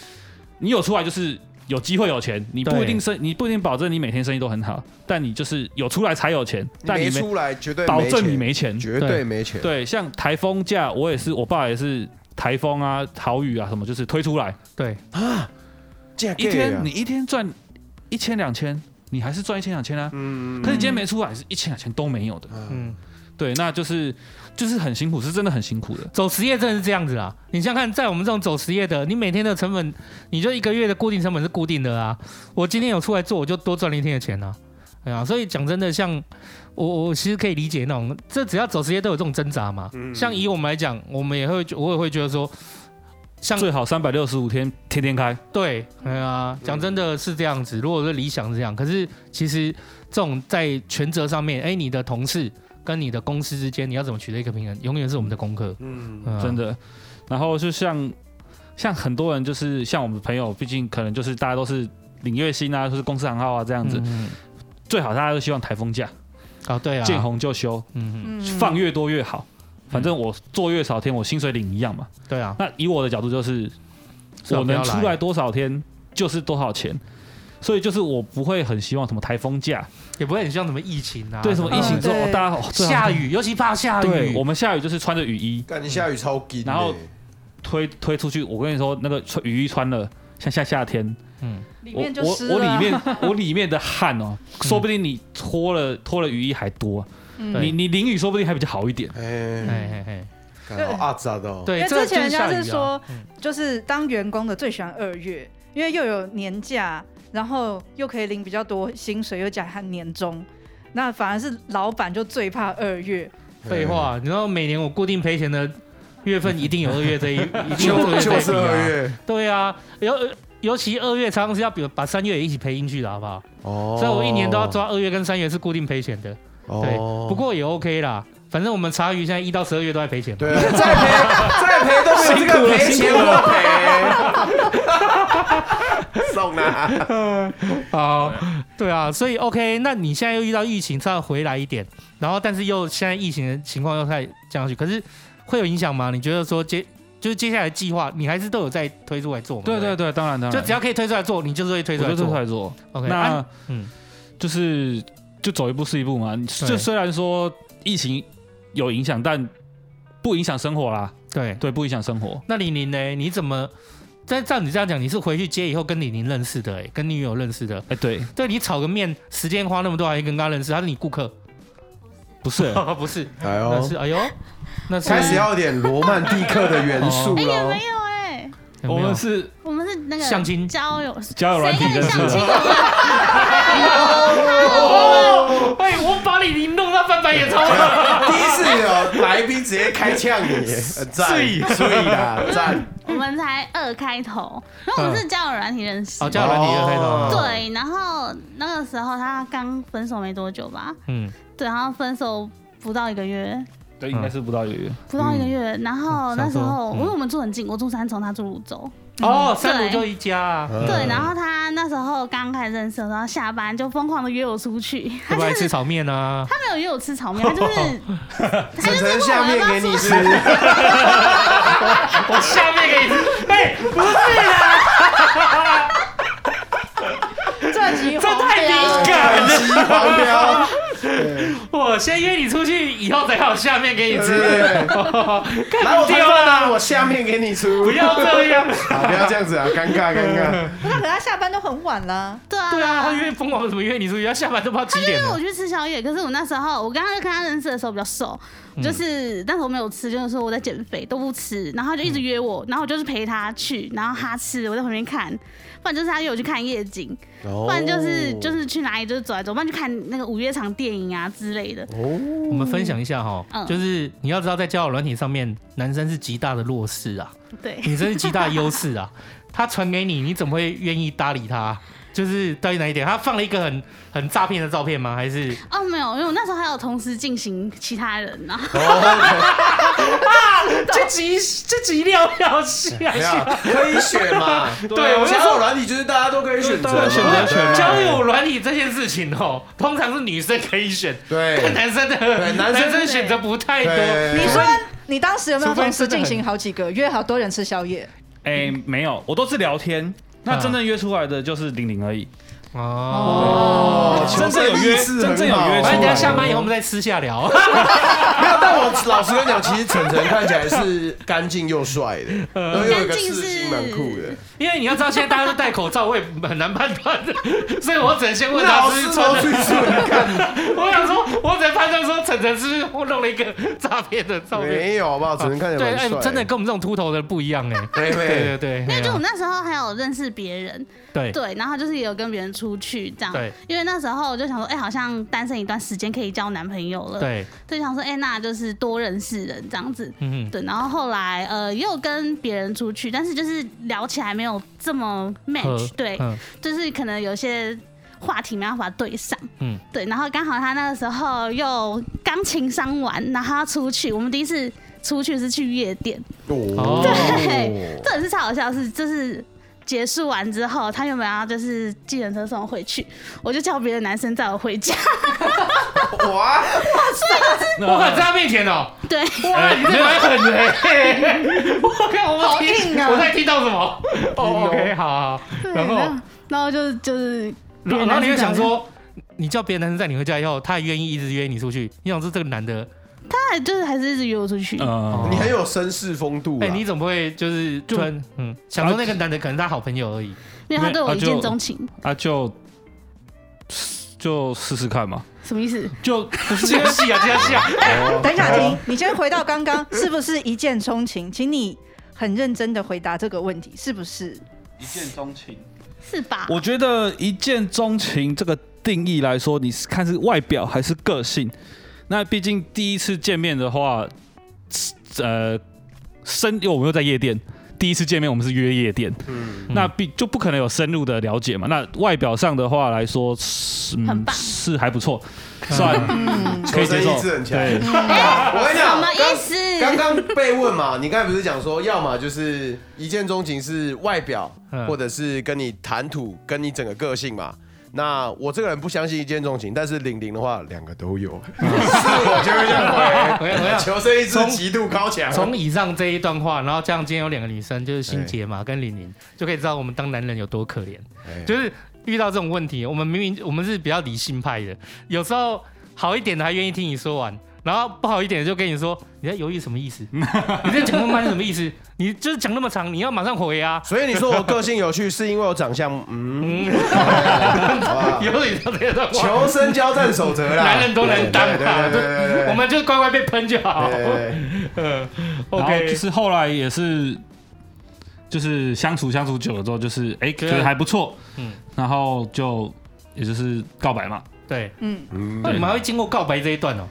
S5: 你有出来就是。有机会有钱，你不
S3: 对
S5: 一定生，你不一定保证你每天生意都很好，但你就是有出来才有钱，但
S2: 没
S5: 没
S2: 出来绝对
S5: 保证
S2: 钱
S5: 你没钱。
S2: 绝对
S3: 对
S2: 没钱，
S5: 对，像台风假，我也是，我爸也是台风啊、豪雨啊什么，就是推出来
S3: 对
S2: 嫁给
S5: 一
S2: 啊
S5: 天，你一天赚一千两千，你还是赚一千两千啊。
S2: 嗯
S5: 可是你今天没出来，是一千两千都没有的。
S2: 嗯，
S3: 嗯。
S5: 对，那就是就是很辛苦，是真的很辛苦的。
S3: 走实业真的是这样子啊！你想想看，在我们这种走实业的，你每天的成本，你就一个月的固定成本是固定的啊。我今天有出来做，我就多赚了一天的钱啊。哎呀、所以讲真的，像我我其实可以理解那种，这只要走实业都有这种挣扎嘛。像以我们来讲，我们也会觉我也会觉得说，像
S5: 最好三百六十五天天天开，
S3: 对，哎呀、讲真的是这样子。如果说理想是这样，可是其实这种在权责上面，哎，你的同事跟你的公司之间，你要怎么取得一个平衡，永远是我们的功课。
S2: 嗯，
S3: 嗯啊
S5: 真的。然后就像像很多人就是像我们朋友，毕竟可能就是大家都是领月薪啊，就是公司行号啊这样子，
S3: 嗯嗯
S5: 最好大家都希望台风假，
S3: 哦，对啊，
S5: 见红就休，
S3: 嗯，嗯，
S4: 嗯
S5: 放越多越好。反正我做越少天，我薪水领一样嘛。
S3: 对啊，
S5: 那以我的角度就是，
S3: 最好
S5: 我
S3: 不要
S5: 能出来多少天就是多少钱，所以就是我不会很希望什么台风假，
S3: 也不会很像什么疫情啊，
S5: 对什么疫情
S4: 嗯
S5: 之后
S4: 对
S5: 哦大家哦最好
S3: 下雨，尤其怕下
S5: 对
S3: 雨。
S5: 我们下雨就是穿着雨衣
S2: 干你下雨超劲的，
S5: 然后推推出去，我跟你说那个穿雨衣穿了。像下夏天，
S3: 嗯，
S4: 里
S5: 我
S4: 面就
S5: 我
S4: 湿
S5: 我
S4: 了
S5: 里
S4: 啊。
S5: 面我里面的汗哦，说不定你脱了脱了雨衣还多，
S4: 嗯
S3: 对
S5: 你你淋雨说不定还比较好一点。
S2: 哎，
S3: 嘿嘿嘿，
S2: 干好阿杂的哦，
S3: 对，
S4: 因为
S3: 这个
S4: 之前人
S3: 就是
S4: 家
S3: 下雨啊
S4: 是说
S3: 嗯，
S4: 就是当员工的最喜欢二月，因为又有年假，然后又可以领比较多薪水，又加上年终。那反而是老板就最怕二月，
S2: 哎
S3: 废话，你知道每年我固定赔钱的月份一定有二月这一，一
S2: 哎，
S3: 定有
S2: [laughs] 就
S3: 二月这一笔啊
S2: 就是二月
S3: 对啊，尤尤其二月常常是要比把三月也一起赔进去的，好不好？
S2: 哦
S3: 所以我一年都要抓二月跟三月是固定赔钱的，对。
S2: 哦
S3: 不过也 OK 啦，反正我们茶余现在一到十二月都在赔钱嘛。
S2: 对，再赔再赔都没有这个赔钱我赔，送啊啦，
S3: 哦，对啊，所以 OK，那你现在又遇到疫情，再回来一点，然后但是又现在疫情的情况又再降下去，可是会有影响吗？你觉得说接就是接下来计划，你还是都有在推出来做嘛？
S5: 对对
S3: 不
S5: 对，当然当然，
S3: 就只要可以推出来做，你就是会推出
S5: 我
S3: 来
S5: 就推出
S3: 做。
S5: 来做。
S3: OK，
S5: 那
S3: 啊嗯
S5: 就是就走一步是一步嘛。就虽然说疫情有影响，但不影响生活啦。
S3: 对，
S5: 对，不影响生活。
S3: 那李宁呢？你怎么？在照你这样讲，你是回去接以后跟李宁认识的、欸，跟女友认识的。
S5: 哎，对，
S3: 对你炒个面，时间花那么多，还跟他认识，他是你顾客，
S5: 不是
S3: 哦不是？
S2: 哎
S3: 那
S2: 呦
S3: 是，哎呦，那是
S2: 开始要有点罗曼蒂克的元素
S6: 哎、也
S2: 喽。
S6: 没有哎、
S3: 有没有
S5: [laughs] 我们是
S6: 我们是那个
S3: 相亲
S6: 交友，谁
S5: 交友软体
S6: 跟
S5: 认
S6: 你
S5: 识
S6: 相亲
S5: 的。
S6: 啊？
S3: 哎，我把你弄到翻白眼超了。
S2: 第一次有来宾直接开呛 [laughs] 你，呃赞，所以啦，赞。
S6: 我们才二开头，然后我们是交友软体认识
S3: 哦，。叫软体的开头。
S2: 哦
S6: 对，然后那个时候他刚分手没多久吧，
S3: 嗯，
S6: 对，然后分手不到一个月，
S5: 对，应该是不到一个月。
S6: 不到一个月，然后
S3: 嗯
S6: 那时
S3: 想说
S6: 候
S3: 嗯
S6: 因为我们住很近，我住三重，他住泸州，
S3: 哦，三五就一家啊。
S6: 对，然后他那时候刚开始认识的时候，然后下班就疯狂的约我出去，
S3: 要
S6: 他
S3: 不要
S6: 就
S3: 来吃
S6: 是
S3: 炒面啊？
S6: 他没有约我吃炒面，他就是
S3: [laughs] 哦
S6: 他
S2: 沈
S6: 就是
S2: 晨
S6: 问
S2: 下
S6: 我要
S2: 面
S6: 不要
S2: 给你
S6: 出
S2: 吃
S6: 去，，
S3: 我下面给你吃。哎，
S4: 这集
S3: [laughs] 这太敏感了。
S2: 黄标，
S3: 我先约你出去，以后再看我下
S6: [laughs]
S3: 面给你
S2: 对
S3: 吃。
S2: 对对。来，我
S3: 丢
S2: 饭
S3: 了
S2: 我下面给你出，
S3: 不要这
S6: [laughs]
S3: 样。
S2: 啊，不要这样子啊，尴尬尴尬。
S4: 不是可是他下班都很晚了，
S6: 对啊，
S3: 对啊，他约疯狂地怎么约你出去？他下班都不知道几点
S6: 因为我
S3: 了。
S6: 去吃宵夜，可是我那时候我刚刚跟他认识的时候比较瘦，
S3: 嗯
S6: 就是但是我没有吃，就是说我在减肥都不吃，然后他就一直约
S3: 嗯
S6: 我，然后我就是陪他去，然后他吃，我在旁边看，不然就是他约我去看夜景，
S2: 不
S3: 哦
S6: 不然就是就是去哪里就是走来走，不然去看那个午夜场电影啊之类的。
S2: 哦，
S3: 我们分享一下哈，
S6: 嗯
S3: 就是你要知道，在交友软体上面，男生是极大的弱势啊，
S6: 对，
S3: 女生是极大的优势啊。 [laughs] 他传给你，你怎么会愿意搭理他？就是到底哪一点？他放了一个很很诈骗的照片吗？还是
S6: 哦没有，因为我那时候还有同时进行其他人啊，
S3: 这集这集料要下啊
S2: 没有 [laughs] 可以选嘛？
S3: 对我就说
S2: 啊交友软体就是大家都可以选择嘛，
S5: 对选择权嘛
S3: 啊交友软体这件事情哦，通常是女生可以选，但
S2: 对
S3: 男生的
S2: 男生
S3: 生选择不太多。
S2: 对。
S4: 你说你当时有没有
S3: 除非
S4: 同时
S3: 真的
S4: 进
S3: 很
S4: 行好几个，约好多人吃宵夜？
S5: 哎，没有，我都是聊天。那
S3: 啊
S5: 真正约出来的就是玲玲而已，
S3: 哦，
S2: 哦
S5: 真正有约，真正有约
S2: 哎
S3: 反
S5: 出来
S3: 正
S5: 的。
S3: 等一下下班以后我们再私下聊。 [laughs]
S2: 没有，但我 [laughs] 老实跟你讲，其实晨晨看起来是干净又帅的，然后又有一个刺青，蛮酷的。
S3: 因为你要知道，现在大家都戴口罩，我也很难判断， [laughs] 所以我只能先问他
S2: 老
S3: 是
S2: 师
S3: 不是
S2: 都
S3: 穿
S2: 去
S3: 的。
S2: 你看
S3: [laughs] 我想说，我只能判断说，晨晨是不是我弄了一个诈骗的照片。
S2: 没有好不好？晨晨哎看起来
S3: 对，
S2: 蛮
S3: 哎
S2: 帅，的，
S3: 真的跟我们这种秃头的不一样
S2: [laughs]
S3: 哎。
S2: 对
S3: 对
S2: 对
S3: 对对，啊
S6: 因为就我
S3: 对
S6: 那时候还有认识别人，
S3: 对
S6: 对，然后就是也有跟别人出去这样，
S3: 对
S6: 因为那时候我就想说，哎、好像单身一段时间可以交男朋友了，，
S3: 对，
S6: 就想说，哎、那就是多认识人这样子，
S3: 嗯哼，
S6: 对，然后后来呃也有跟别人出去，但是就是聊起来没有这么
S3: 呵
S6: match，对，
S3: 嗯
S6: 就是可能有些。话题没办法对上。
S3: 嗯
S6: 嗯，对，然后刚好他那个时候又刚情伤完，然后要出去，我们第一次出去是去夜店，
S3: 哦
S6: 对这也是超好笑的是，就是。结束完之后，他原本要就是计程车送我回去，我就叫别的男生载我回家。 [laughs]
S2: 哇，
S3: 我敢在他面前哦， [laughs]
S6: 对，
S3: 哇，
S5: 哎
S3: 你这蛮狠的欸，我看我们
S4: 好
S3: 听
S4: 硬啊
S3: 我在听到什么哦？OK，好好，好然后
S6: 然后就就是
S3: 然后
S6: 别的男生
S3: 然后你就
S6: 载
S3: 想
S6: 我
S3: 说，你叫别的男生载你回家以后，他也愿意一直约你出去，你想说这个男的，
S6: 他就是还是一直约我出去。
S5: 嗯，
S2: 你很有绅士风度啊
S3: 哎，！你怎么会就是突然嗯想说那个男的可能是他好朋友
S2: [laughs]
S3: 而已，
S6: 因为他对我一
S5: 那
S6: 见
S5: 就
S6: 钟情，
S5: 啊就就试试看嘛，
S6: 什么意思？
S5: 就不是
S3: 这个戏啊，这个戏啊，
S4: 等一下，停，你先回到刚刚，是不是一见钟情？请你很认真的回答这个问题，是不是？
S5: 一见钟情。
S6: 是吧？
S5: 我觉得一见钟情这个定义来说，你是看是外表还是个性？那毕竟第一次见面的话，呃，深因为我们又在夜店，第一次见面我们是约夜店，
S2: 嗯，
S5: 那必就不可能有深入的了解嘛。那外表上的话来说，是
S6: 很
S5: 嗯、
S6: 棒
S5: 是还不错，算
S4: 嗯，
S5: 可以接受
S2: 求生意志很。强
S5: 对，
S2: 我跟你
S6: 什
S2: 讲，
S6: 么
S2: 刚
S6: 意思？
S2: 刚刚被问嘛，你刚才不是讲说，要么就是一见钟情是外表，
S3: 嗯
S2: 或者是跟你谈吐，跟你整个个性嘛。那我这个人不相信一见钟情，但是玲玲的话，两个都有，是我就会这样
S3: 我
S2: 回。
S3: 要
S2: [laughs]
S3: 我要
S2: 求生意志
S3: 从
S2: 极度高强，
S3: 从以上这一段话，然后加上今天有两个女生，就是心杰嘛跟玲玲，就可以知道我们当男人有多可怜。
S2: 哎
S3: 就是遇到这种问题，我们明明我们是比较理性派的，有时候好一点的还愿意听你说完，然后不好一点的就跟你说你在犹豫什么
S2: [laughs]
S3: 意思，你在讲那么慢是什么意思？你就是讲那么长，你要马上回啊。
S2: 所以你说我个性有趣，是因为我长相，嗯，
S3: 嗯，
S2: 好吧
S3: 有你说这段话，
S2: 求生交战守则啦，
S3: 男人都能当啊
S2: 对对对对对对，
S3: 我们就乖乖被喷就好。
S2: 对对对
S3: [laughs] 嗯
S5: 然后
S3: ，OK，
S5: 就是后来也是，就是相处相处久了之后，就是哎、
S3: 对
S5: 觉得还不错，
S3: 嗯
S5: 嗯，然后就也就是告白嘛，
S3: 对，
S4: 嗯，
S2: 嗯
S3: 那你们还会经过告白这一段哦？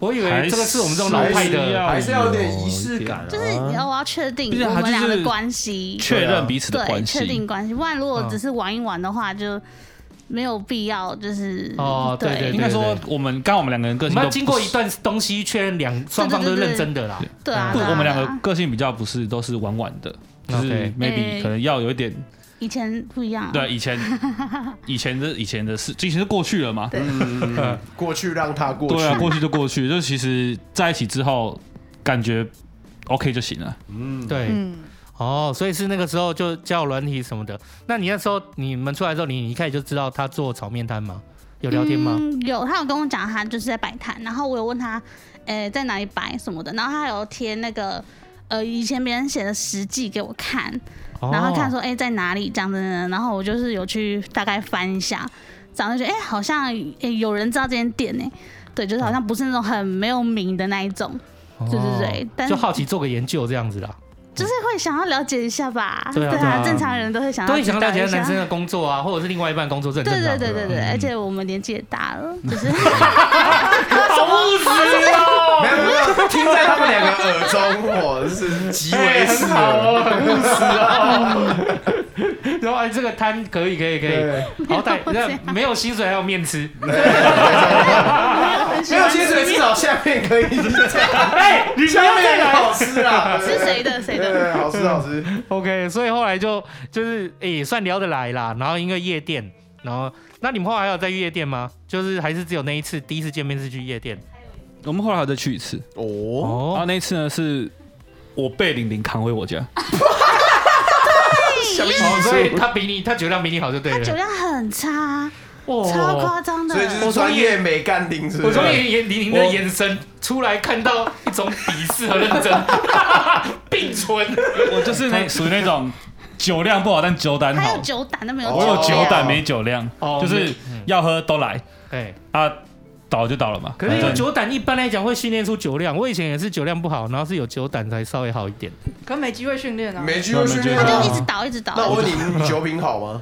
S3: 我以为这个是我们这种老派
S5: 还是
S3: 的
S5: 要
S2: 还是啊要有点仪式感啊，
S6: 就是哦我要确定
S5: 毕竟
S6: 我
S5: 他
S6: 们俩
S5: 就是
S6: 的关系，
S5: 确认彼此的
S6: 对，
S5: 关
S6: 确定
S5: 系。
S6: 关系。不然如果
S3: 嗯
S6: 只是玩一玩的话，就没有必要，就是
S3: 哦对对
S5: 应该说我们刚好我们两个人个
S3: 我
S5: 性
S3: 们
S5: 都
S3: 要
S5: 不是
S3: 经过一段东西确认两双方都认真的啦。
S6: 对啊，
S5: 不，
S6: 对啊
S5: 我们两个
S6: 对啊
S5: 个性比较不是都是玩玩的，就是
S3: OK
S5: maybe
S6: 嗯
S5: 可能要有一点
S6: 以前不一样啊，
S5: 对以
S6: [laughs]
S5: 前以前的以前的事，以前是过去了嘛，
S2: 嗯，嗯过去让它过去，
S5: 对啊，过去就过去，就其实在一起之后感觉 OK 就行了。
S2: 嗯，
S3: 对，
S4: 嗯，
S3: 哦，所以是那个时候就教软体什么的。那你那时候你们出来之后，你你一开始就知道他做炒面摊吗？有聊天吗？
S6: 嗯，有，他有跟我讲他就是在摆摊，然后我有问他，诶、在哪里摆什么的，然后他还有贴那个。呃，以前别人写的实际给我看，
S3: 哦
S6: 然后看说，哎、在哪里这样子呢？然后我就是有去大概翻一下，然后就觉得，哎、好像、哎有人知道这间店呢、对，就是好像不是那种很没有名的那一种，
S3: 哦
S6: 对对对但是
S3: 就好奇做个研究这样子啦。
S6: 就是会想要了解一下吧。
S3: 对啊对啊
S6: 正常人都会想要
S3: 都会想
S6: 知道
S3: 了解
S6: 一下
S3: 男生的嗯工作啊，或者是另外一半工作，这很
S6: 对
S3: 正
S6: 对
S3: 常。
S6: 对对
S3: 吧
S6: 对，
S3: [laughs]
S6: 而且我们年纪也大了，就是
S3: 好务实
S2: [laughs] 没
S3: 哦，
S2: 有没有，听在他们两个耳中，我是极为适
S3: 很好
S2: 合。
S3: 哦，很务实哦。
S6: [laughs]
S3: 然后哎，这个摊可以可以可以，
S2: 对，
S3: 好歹
S6: 没有这样
S3: 那没有薪水还有面吃。
S2: 没有薪水至少下面可以，
S5: [laughs]
S3: 哎，你不要
S2: 下面
S3: 再
S2: 也
S3: 来
S2: 好吃啊，
S6: 是谁的谁
S2: 对？
S6: 的。
S2: 对，好吃好吃。
S3: OK，所以后来就就是诶、也算聊得来啦。然后因为夜店，然后那你们后来还有在夜店吗？就是还是只有那一次第一次见面是去夜店
S5: 我们后来还再去一次，
S2: 哦，
S5: 然后
S3: 哦。
S5: 那一次呢是我被玲玲扛回我家，
S2: 什么意
S3: 哦，
S2: 思
S3: 所以他比你，他酒量比你好就对
S6: 他酒
S3: 了。
S6: 量很差，
S3: 哇啊
S6: 超夸张的
S2: 所以。就是专业没干定是不
S3: 我
S2: 是
S3: 从？你眼你你的眼神出来看到一种鄙视和认真， [laughs] 并存。
S5: 我就是那属于那种酒量不好但酒胆
S6: 他
S5: 好
S6: 有，酒胆都没有
S2: 哦
S5: 我有酒
S6: 量
S5: 胆没酒量，
S3: 哦
S5: 就是要喝都来
S3: 哎，
S5: 啊，倒就倒了嘛。
S3: 可是有
S5: 反正
S3: 酒胆，一般来讲会训练出酒量。我以前也是酒量不好，然后是有酒胆才稍微好一点。
S4: 可没机会训练啊。
S2: 没去过训练
S6: 他就
S2: 啊
S6: 一。直倒一直倒。
S2: 那我问你，你酒品好吗？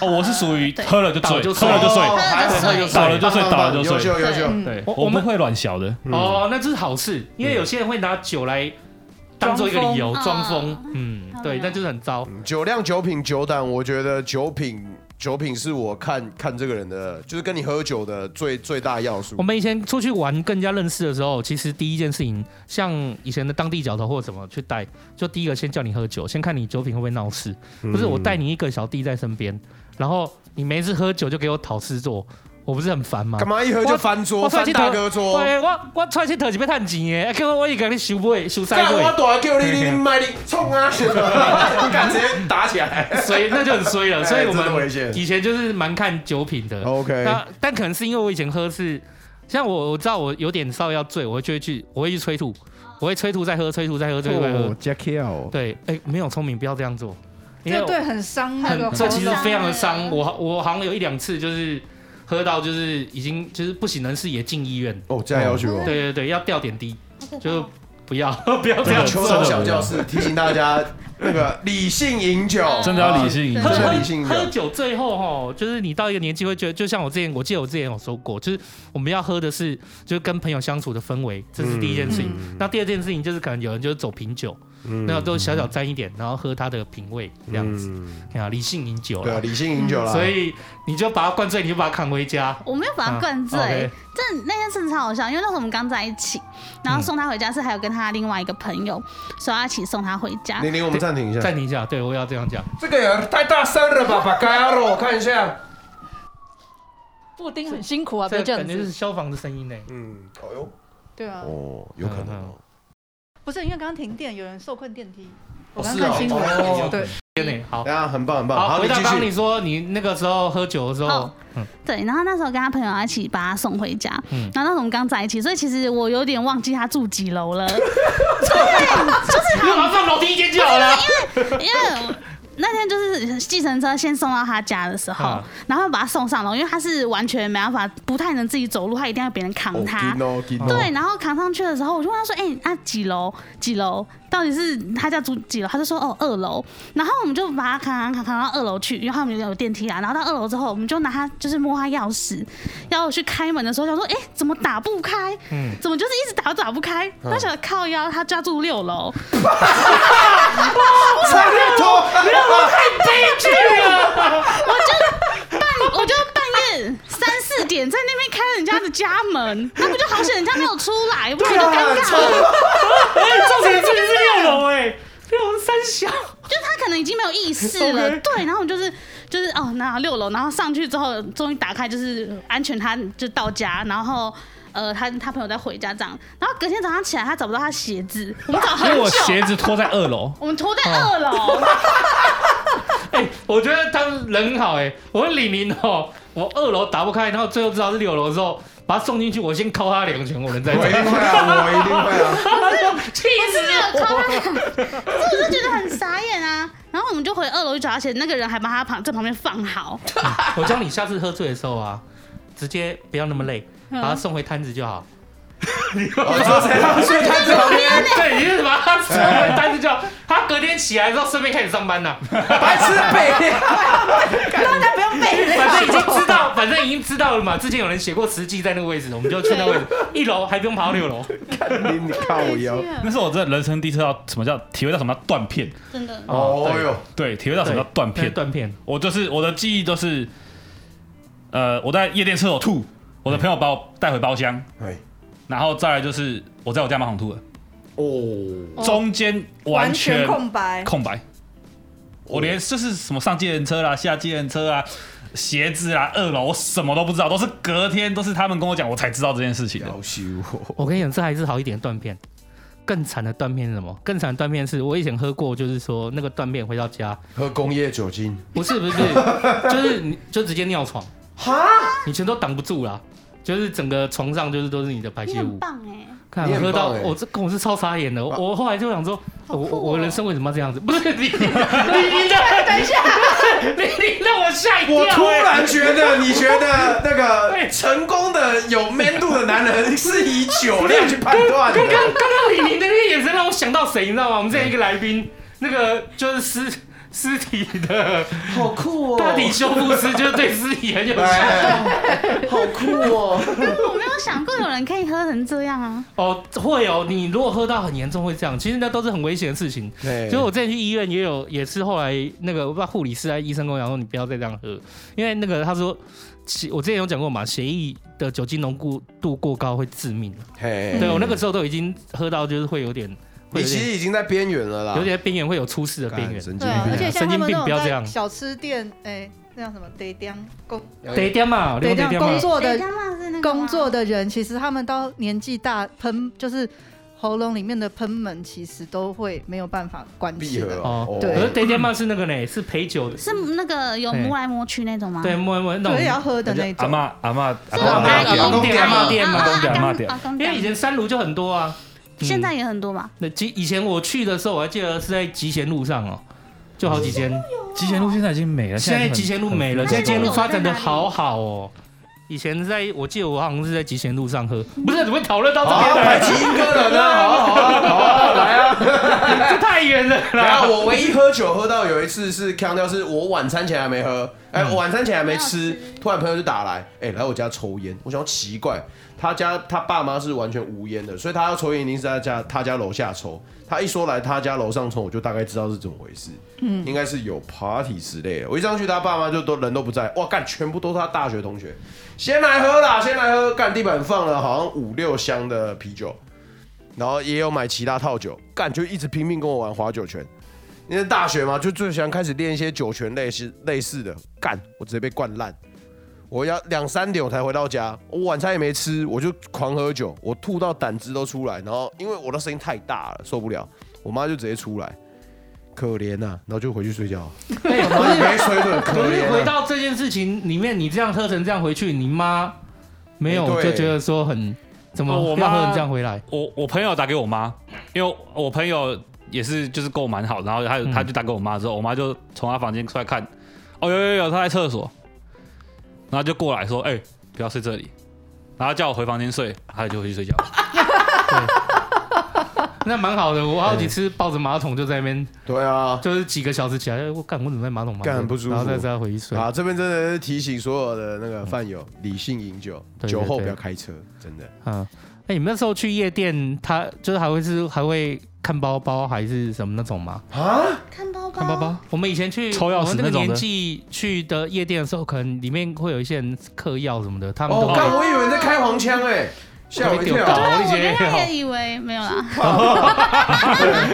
S5: 哦，我是属于
S6: 对
S5: 喝了就
S3: 倒就睡
S5: 醉，喝了就
S2: 哦
S5: 睡，
S2: 还
S6: 喝了就睡
S5: 倒了就睡，
S2: 棒棒棒
S5: 倒了就
S2: 优
S5: 睡。
S2: 秀优秀。
S4: 嗯，
S5: 对，
S3: 我
S5: 我
S3: 我们
S5: 们会软小的，
S2: 嗯
S3: 哦，那这是好事，因为有些人会拿酒来当做一个理由
S6: 装
S3: 装
S6: 疯
S3: 疯，嗯，对，
S6: 嗯
S3: 那就是很糟。
S2: 酒量、酒品、酒胆，我觉得酒品酒品是我看看这个人的，就是跟你喝酒的最最大要素
S3: 我。们以前出去玩跟人家认识的时候，其实第一件事情，像以前的当地角头或者什么去带，就第一个先叫你喝酒，先看你酒品会不会闹事。
S2: 嗯
S3: 不是我带你一个小弟在身边，然后你每一次喝酒就给我讨事做，我不是很烦吗？
S2: 干嘛一喝就翻桌
S3: 我
S2: 翻
S3: 踹
S2: 大哥桌？
S3: 对，我我出去头一要趁钱的，啊结果我一个你收尾收三
S2: 干我
S3: [laughs] 尾，
S2: 大叫你你你卖你冲 [laughs] 啊！你敢直接打起来？
S3: 衰那就很衰了。所以我
S2: [laughs] 哎真的危险
S3: 们以前就是蛮看酒品的。
S2: OK
S3: 那但可能是因为我以前喝是，像我我知道我有点稍微要醉，我会就会去我会去催吐，我会催吐再喝，催吐再喝，催吐再喝。
S2: ，Jackie 哦，
S3: 对，哎、没有聪明不要这样做，因为
S4: 这对很伤哦那个
S3: 很
S4: 喉
S3: 这其实
S4: 咙
S3: 非常的伤我，我好像有一两次就是喝到就是已经就是不省人事也进医院。
S2: 哦，这样要求
S3: 对
S2: 哦。
S3: 对对，要吊点滴，
S6: 好可怕
S3: 就不要不哦要这样
S2: 球
S3: 做。
S2: 场小教室提醒大家， [laughs] 那个理性饮酒，
S5: 真的要理性饮
S3: 嗯喝
S2: 真的
S5: 酒
S2: 要
S3: 喝
S2: 理性饮酒
S3: 喝酒最后吼，就是你到一个年纪会觉得，就像我之前，我记得我之前有说过，就是我们要喝的是就是跟朋友相处的氛围，这是第一件事情。
S2: 嗯
S6: 嗯
S3: 那第二件事情就是可能有人就是走品酒，那都小小沾一点，然后喝他的品味这样子，啊，理性饮酒
S2: 嗯对啊，
S3: 啦。
S2: 理性饮酒啦。
S3: 所以你就把他灌醉，你就把他扛回家。
S6: 我没有把他灌醉，
S3: 啊，OK
S6: 真的那天真的超好笑，因为那时候我们刚在一起，然后送他回家是还有跟他另外一个朋友说要一起送他回家，
S2: 玲玲，我们暂停一下。
S3: 暂停一下，对我要这样讲。
S2: 这个也太大声了吧，把盖了，我看一下。
S4: 布丁很辛苦啊，不要
S3: 这
S4: 这样
S3: 感觉是
S4: 子。
S3: 消防的声音呢。
S2: 嗯，哦哟，
S4: 对啊，
S2: 哦，有可能哦。
S4: 不是因为刚刚停电，有人受困电梯。我
S2: 哦
S4: 刚
S2: 是
S3: 啊
S4: 看
S2: 哦
S4: 新
S2: 哦
S4: 闻，对，
S3: 天呢，好
S2: 大，家啊很棒，很棒。
S3: 好，回
S2: 嗯你
S3: 到
S2: 继
S3: 刚刚
S2: 续
S3: 你。说你那个时候喝酒的时候
S6: 哦，对，然后那时候跟他朋友一起把他送回家，
S3: 嗯
S6: 然后那时候我们刚在一起，所以其实我有点忘记他住几楼了，对，就是
S3: 你马上楼梯间就好了。
S6: 因为那天就是计程车先送到他家的时候，
S3: 啊
S6: 然后把他送上楼，因为他是完全没办法，不太能自己走路，他一定要别人扛
S2: 哦，
S6: 他。
S2: 紧哦，紧哦。
S6: 对，然后扛上去的时候，我就问他说：“哎、那、几楼？几楼？到底是他家住几楼？”他就说：“哦，二楼。”然后我们就把他扛扛扛扛到二楼去，因为他们有电梯啊。然后到二楼之后，我们就拿他就是摸他钥匙，要去开门的时候，想说：“哎、怎么打不开？
S3: 嗯
S6: 怎么就是一直打都打不开？”他想靠腰，他家住六楼，
S2: 差点脱。
S6: 我就半我就半夜三四点在那边开人家的家门，那不就好险人家没有出来，不然就尴
S5: 啊
S6: 尬了。
S3: 重点 [laughs] 这个是六楼哎，六楼三小。
S6: 就他可能已经没有意识了
S3: OK
S6: 对，然后我们就是就是哦，然后六楼，然后上去之后，终于打开，就是安全，他就到家，然后呃，他他朋友再回家这样，然后隔天早上起来，他找不到他鞋子，我们找
S5: 因
S6: 很
S5: 为我鞋哦子
S6: 久，
S5: 拖在二楼，
S6: 我们拖在二楼，
S3: [laughs] 哎，我觉得他们人很好哎，我李宁哦，我二楼打不开，然后最后知道是六楼之后，把他送进去，我先敲他两拳，我人在
S2: 我一
S3: 这，
S2: 定会啊，我一定会啊。
S3: 气死
S6: 没有靠他，
S4: [laughs]
S6: 可是我就觉得很傻眼啊。然后我们就回二楼去找他鞋，那个人还把他旁在旁边放好，
S3: 我！我教你下次喝醉的时候啊，直接不要那么累，把他送回摊子就好。
S2: 我说谁啊要睡摊哦子旁边？
S3: 对，你就是把他送回摊子就好。他隔天起来之后，顺便开始上班了。
S2: 白痴北。
S4: 大家不用背
S3: 反正已经知道，反正已经知道了嘛。之前有人写过实际在那个位置，我们就去那位置，一楼还不用爬到六楼。
S2: 你你靠我腰。
S5: 那是我真的人生第一次到什么叫体会到什么叫断片，
S6: 真的。
S2: 哦哟，
S5: 对，体会到什么叫断
S3: 片
S5: 片。
S3: 断片，
S5: 我就是我的记忆都是，呃，我在夜店厕所吐，我的朋友把我带回包厢，
S2: 哎，
S5: 然后再来就是我在我家马桶吐了，
S2: 哦，
S5: 中间
S4: 完
S5: 全
S4: 全空白，
S5: 空白，我连就是什么上计程车啦、下计程车啊、鞋子啦、二楼我什么都不知道，都是隔天都是他们跟我讲，我才知道这件事情的。
S2: 要羞哦。
S3: 我跟你讲，这还是好一点的断片。更惨的断片是什么？更惨的断片是我以前喝过，就是说那个断片回到家，
S2: 喝工业酒精。
S3: 不是不是，不是就是你就直接尿床，
S2: 哈？
S3: 你全都挡不住啦，就是整个床上就是都是你的排
S6: 你
S3: 泄
S6: 很
S3: 物。
S6: 棒哎、
S3: 看
S2: 你很
S3: 喝到
S2: 棒欸
S3: 我这跟我是超傻眼的，我我后来就想说，我
S6: 好酷
S3: 我
S6: 哦
S3: 我人生为什么要这样子？不是你你你让等一下，你你让我吓一跳欸。
S2: 我突然觉得，你觉得那个成功的有 man 度的男人是以酒量去判断
S3: 刚刚
S2: 的。
S3: 刚刚李宁的那个眼神让我想到谁，你知道吗？我们这样一个来宾，那个就是私尸体的
S2: 好酷
S3: 大体修复师，就是对尸体很有
S2: [laughs]
S3: 兴
S2: 哎，好酷哦！
S6: 我没有想过有人可以喝成这样啊！
S3: 哦，会哦，你如果喝到很严重会这样，其实那都是很危险的事情。
S2: 对
S3: 所以我之前去医院也有，也是后来那个我不知道护理师还是医生跟我讲说，你不要再这样喝，因为那个他说，其我之前有讲过嘛，血液的酒精浓度度过高会致命。
S2: 嘿
S3: 对我那个时候都已经喝到就是会有点，会
S2: 哎你
S3: 有
S2: 其实
S3: 点
S2: 已经在边缘了啦，
S3: 有点边缘会有出事的
S2: 干
S3: 边缘。
S2: 神经
S4: 对啊，而
S2: 病
S4: 且
S2: 啊。
S4: 像
S3: 神
S4: 他们
S3: 经
S4: 那
S3: 病不
S4: 种
S3: 要这
S4: 在
S3: 样
S4: 小吃店，哎，那叫什么得当工
S2: 啊
S3: 得点嘛，得
S4: 得当
S3: 点
S4: 工
S3: 嘛。
S4: 作
S6: 对，
S4: 的
S6: 干嘛是那个吗
S4: 工作的人，其实他们到年纪大，喷就是喉咙里面的喷门，其实都会没有办法关
S2: 闭
S4: 起
S2: 合
S4: 的。
S2: 哦
S3: 哦，，
S4: 对
S3: 可是得点嘛是那个呢，是陪酒的，
S6: 是那个有摸来摸去那种吗？
S3: 对，摸一摸那
S4: 所以
S3: 种。
S4: 要喝的那
S5: 阿
S4: 种。
S5: 妈阿妈
S6: 是
S5: 阿
S6: 我们
S5: 妈
S6: 阿
S3: 阿公
S6: 姨
S3: 店阿公店
S6: 阿
S5: 阿公
S6: 公
S5: 店阿
S6: 阿公
S5: 公店
S6: 啊阿公
S3: 因为以
S6: 店
S3: 前山炉就很多啊。嗯
S6: 现在也很多吧？
S3: 那吉以前我去的时候，我还记得是在集贤路上哦，就好几间。
S5: 集贤路现在已经没了，
S3: 现在
S5: 很
S3: 集贤路没了，
S5: 很
S3: 现在
S6: 集
S3: 集贤
S6: 贤
S3: 路
S6: 路
S3: 发展的好好哦。以前在我记得我好像是在集贤路上喝，不是怎么会讨论到
S2: 哦好，
S3: 这边
S2: 排
S3: 来？
S2: 挤一个人啊！好啊好啊好啊，来啊！
S3: 这太远了
S2: 然
S3: 啦。
S2: 后我唯一喝酒喝到有一次是腔掉，是我晚餐前还没喝，哎、我晚餐前还没
S6: 没有
S2: 吃
S6: 吃，
S2: 突然朋友就打来，哎、来我家抽烟，我想说奇怪，他家他爸妈是完全无烟的，所以他要抽烟一定是在家他家楼下抽，他一说来他家楼上抽，我就大概知道是怎么回事，嗯，应该是有 party 之类的。我一上去，他爸妈就都人都不在，哇干，全部都是他大学同学，先来喝啦，先来喝，干地板放了好像五六箱的啤酒。然后也有买其他套酒，干就一直拼命跟我玩划酒拳，因为大学嘛，就最喜欢开始练一些酒拳类似类似的。干，我直接被灌烂。我要两三点我才回到家，我晚餐也没吃，我就狂喝酒，我吐到胆汁都出来，然后因为我的声音太大了，受不了，我妈就直接出来，可怜呐、然后就回去睡觉，
S3: 哎
S2: 然后没水准，可
S3: 可是
S2: 怜、
S3: 回
S2: 啊。
S3: 到这件事情里面，你这样喝成这样回去，你妈没有
S2: 哎对
S3: 就觉得说很怎么
S5: 哦我
S3: 要
S5: 妈
S3: 喝成这样回来？
S5: 我我朋友打给我妈，因为我朋友也是就是跟我蛮好的，然后他
S3: 嗯
S5: 他就打给我妈之后，我妈就从她房间出来看，哦有有有，她在厕所，然后就过来说，哎、不要睡这里，然后叫我回房间睡，她就回去睡觉。
S3: 那蛮好的，我好几次抱着马桶就在那边，
S2: 对啊，
S3: 就是几个小时起来，哎我干，我怎么在马桶旁边？
S2: 干不舒服
S3: 然后再再回去睡。
S2: 啊，这边真的是提醒所有的那个饭友理性饮酒，
S3: 对对
S2: 酒后
S3: 对
S2: 不要开车，真的。
S3: 嗯，哎、你们那时候去夜店，他就是还会是还会看包包还是什么那种吗？
S4: 嗯
S6: 看包包，
S3: 看包包。我们以前去
S5: 抽钥匙
S3: 我们那个
S5: 那种的
S3: 年纪去的夜店的时候，可能里面会有一些人嗑药什么的，他们都
S2: 哦，
S3: 会
S2: 干，我以为你在开黄腔哎、吓我一
S3: 会
S2: 跳
S3: 丢。到
S6: 对，啊
S3: 我以
S6: 我
S3: 前也
S6: 原
S3: 有
S6: 来也以为没有啦。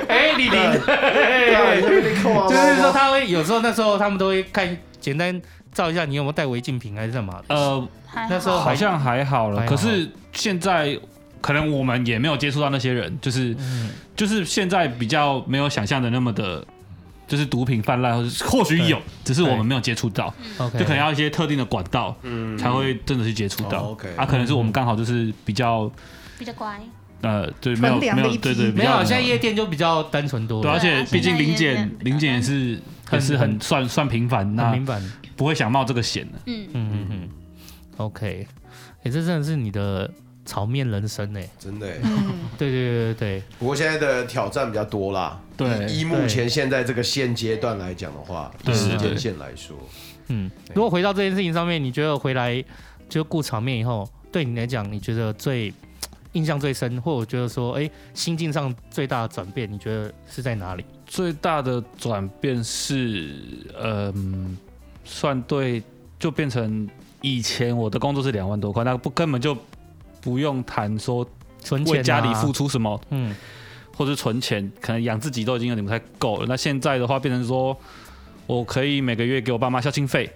S3: 哎、李玲，
S2: 对，这边扣啊
S3: 就是说
S2: 猫猫
S3: 他会有时候那时候他们都会看简单照一下你有没有带违禁品还是干嘛的。
S5: 呃，
S6: 还
S3: 那时候
S5: 好像还好
S3: 还
S5: 了，
S3: 好
S5: 可是现在可能我们也没有接触到那些人，就是
S3: 嗯，
S5: 就是现在比较没有想象的那么的。就是毒品泛滥，或是或许
S3: 对
S5: 有，只是我
S3: 对
S5: 们没有接触到，
S3: OK，
S5: 就可能要一些特定的管道，
S2: 嗯
S5: 才会真的去接触到。
S2: 哦，OK
S5: 啊，可能是我们刚好就是比较
S6: 比较乖，
S5: 呃，对，没有
S4: 纯良的
S5: 没有
S4: 一批
S5: 对对，比
S3: 没有，
S5: 较
S3: 现在夜店就比较单纯多
S5: 对，
S3: 了，
S5: 而
S6: 对
S5: 且
S6: 啊
S5: 毕竟
S6: 现在
S5: 零
S6: 夜
S5: 检
S6: 店
S5: 零检也是
S3: 很
S5: 很是嗯很
S3: 很
S5: 算算频繁，
S3: 很
S5: 那
S3: 明白。
S5: 不会想冒这个险的。
S6: 嗯，
S3: 嗯嗯嗯，OK，哎、这真的是你的炒面人生哎、
S2: 真的欸。
S4: 嗯，
S3: 对对对对对，
S2: 不过现在的挑战比较多啦。
S5: 对
S2: 以目前现在这个现阶段来讲的话，
S5: 对
S2: 时
S5: 对
S2: 间
S5: 对
S2: 线来
S3: [laughs]
S2: 说，
S3: 嗯，如果回到这件事情上面，你觉得回来就顾场面以后，对你来讲，你觉得最印象最深，或者我觉得说，哎、心境上最大的转变，你觉得是在哪里？
S5: 最大的转变是，嗯，算对，就变成以前我的工作是两万多块，那不根本就不用谈说
S3: 存钱、
S5: 为
S3: 啊、
S5: 家里付，出什么，
S3: 嗯，
S5: 或是存钱，可能养自己都已经有点不太够了。那现在的话，变成说我可以每个月给我爸妈孝敬费，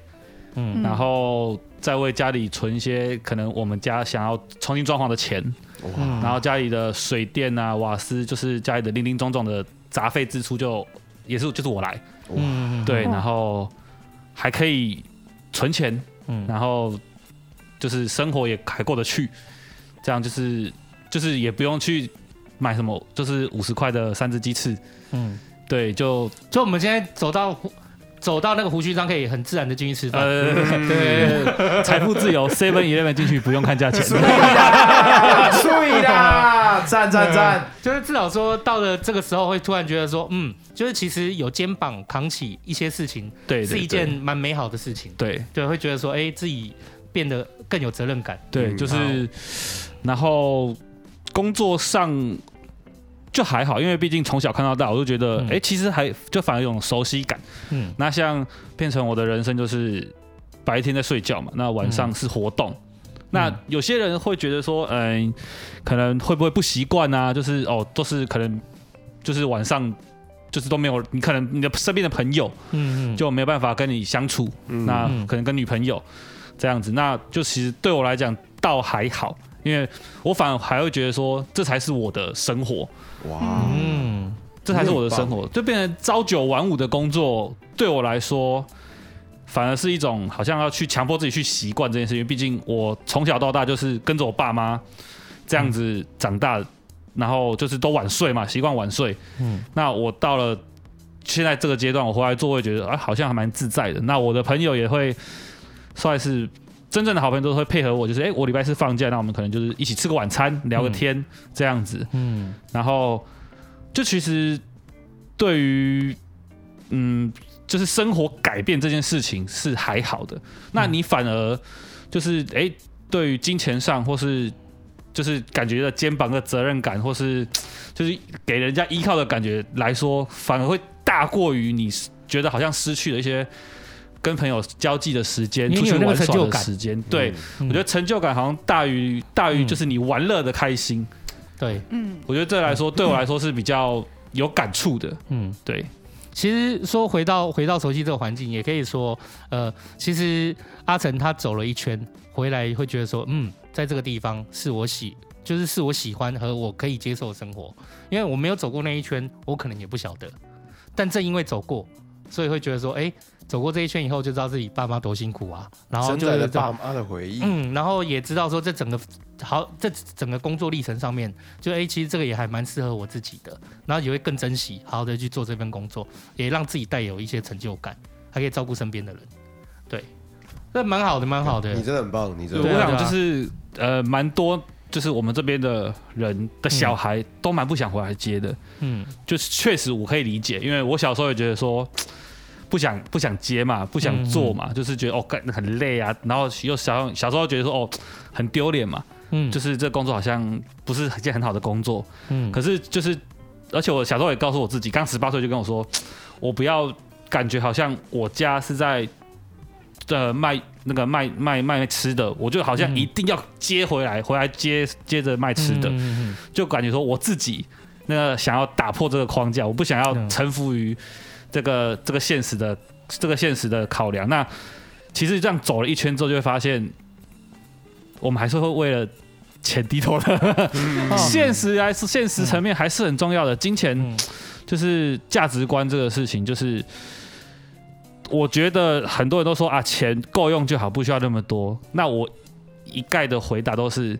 S3: 嗯
S5: 嗯，然后再为家里存一些可能我们家想要重新装潢的钱，
S2: 哇，
S5: 然后家里的水电啊、瓦斯，就是家里的零零总总的杂费支出就也是就是我来，
S3: 嗯，嗯
S5: 对，
S4: 哇
S5: 然后还可以存钱，
S3: 嗯
S5: 然后就是生活也还过得去，这样就是就是也不用去买什么，就是五十块的三只鸡翅，
S3: 嗯，
S5: 对，就
S3: 就我们现在走到走到那个胡须章可以很自然的进去吃饭。 [laughs]
S5: 呃，对， [laughs] 财富自由，Seven Eleven 进去不用看价
S3: [laughs]
S5: 钱。
S3: 啊
S2: 啊对啦，赞赞赞！
S3: 就是至少说到了这个时候，会突然觉得说，嗯，就是其实有肩膀扛起一些事情，
S5: 对，对
S3: 是一件蛮美好的事情。
S5: 对
S3: 对，会觉得说，哎，自己变得更有责任感。
S5: 对，
S2: 嗯
S5: 就是，然后工作上就还好，因为毕竟从小看到大，我就觉得，哎、
S3: 嗯
S5: 其实还就反而有种熟悉感。
S3: 嗯
S5: 那像变成我的人生就是白天在睡觉嘛，那晚上是活动。那
S3: 嗯
S5: 有些人会觉得说，嗯、可能会不会不习惯啊？就是哦，都是可能就是晚上就是都没有，你可能你的身边的朋友
S3: 嗯嗯，
S5: 就没有办法跟你相处，
S2: 嗯
S5: 那
S3: 嗯
S5: 可能跟女朋友这样子，那就其实对我来讲倒还好，因为我反而还会觉得说这才是我的生活，
S2: 哇，
S3: 嗯
S5: 这才是我的生活，就变成朝九晚五的工作对我来说。反而是一种好像要去强迫自己去习惯这件事情，因为毕竟我从小到大就是跟着我爸妈这样子长大，然后就是都晚睡嘛，习惯晚睡，
S3: 嗯
S5: 那我到了现在这个阶段，我回来做会觉得啊，好像还蛮自在的。那我的朋友也会算是真正的好朋友，都会配合我，就是哎、诶我礼拜四放假，那我们可能就是一起吃个晚餐，聊个天、这样子。
S3: 嗯
S5: 然后就其实对于嗯，就是生活改变这件事情是还好的。那你反而就是哎、诶对于金钱上或是就是感觉的肩膀的责任感，或是就是给人家依靠的感觉来说，反而会大过于你觉得好像失去了一些。跟朋友交际的时间，
S3: 因为你
S5: 出去
S3: 有那个
S5: 玩
S3: 成
S5: 耍
S3: 就
S5: 的
S3: 感
S5: 时间，对、
S3: 嗯
S5: 我觉得成就感好像大于大于
S3: 嗯
S5: 就是你玩乐的开心。
S3: 对，
S4: 嗯，
S5: 我觉得这来说，对我来说是比较有感触的。
S3: 嗯。
S5: 对，
S3: 其实说回到回到熟悉这个环境，也可以说，呃，其实阿成他走了一圈回来，会觉得说，嗯，在这个地方是我喜，就是是我喜欢和我可以接受的生活，因为我没有走过那一圈，我可能也不晓得，但正因为走过，所以会觉得说，哎，走过这一圈以后，就知道自己爸妈多辛苦啊，然后
S2: 承
S3: 就
S2: 载了
S3: 是
S2: 爸妈的啊回忆。
S3: 嗯，然后也知道说这整个好，这整个工作历程上面，就哎、其实这个也还蛮适合我自己的，然后也会更珍惜，好好的去做这份工作，也让自己带有一些成就感，还可以照顾身边的人，对，这蛮好的，蛮好的
S2: 你。真的很棒，你真
S5: 我
S2: 的
S3: 对啊
S5: 想就是呃，蛮多就是我们这边的人的小孩都蛮不想回来接的，
S3: 嗯
S5: 就是确实我可以理解，因为我小时候也觉得说。不想不想接嘛，不想做
S3: 嗯
S5: 嘛，就是觉得哦，干很累啊，然后又小小时候觉得说哦，很丢脸嘛，
S3: 嗯，
S5: 就是是这工作好像不是一件很好的工作，
S3: 嗯
S5: 可是就是，而且我小时候也告诉我自己，刚十八岁就跟我说，我不要感觉好像我家是在呃卖那个卖卖卖吃的，我就好像
S3: 嗯
S5: 一定要接回来，回来接接着卖吃的，
S3: 嗯
S5: 就感觉说我自己那个想要打破这个框架，我不想要
S3: 嗯
S5: 臣服于这个这个现实的这个现实的考量。那其实这样走了一圈之后，就会发现，我们还是会为了钱低头的。 [laughs] 现实来说，现实层面还是很重要的。金钱
S3: 嗯
S5: 就是价值观这个事情，就是。我觉得很多人都说啊，钱够用就好，不需要那么多。那我一概的回答都是，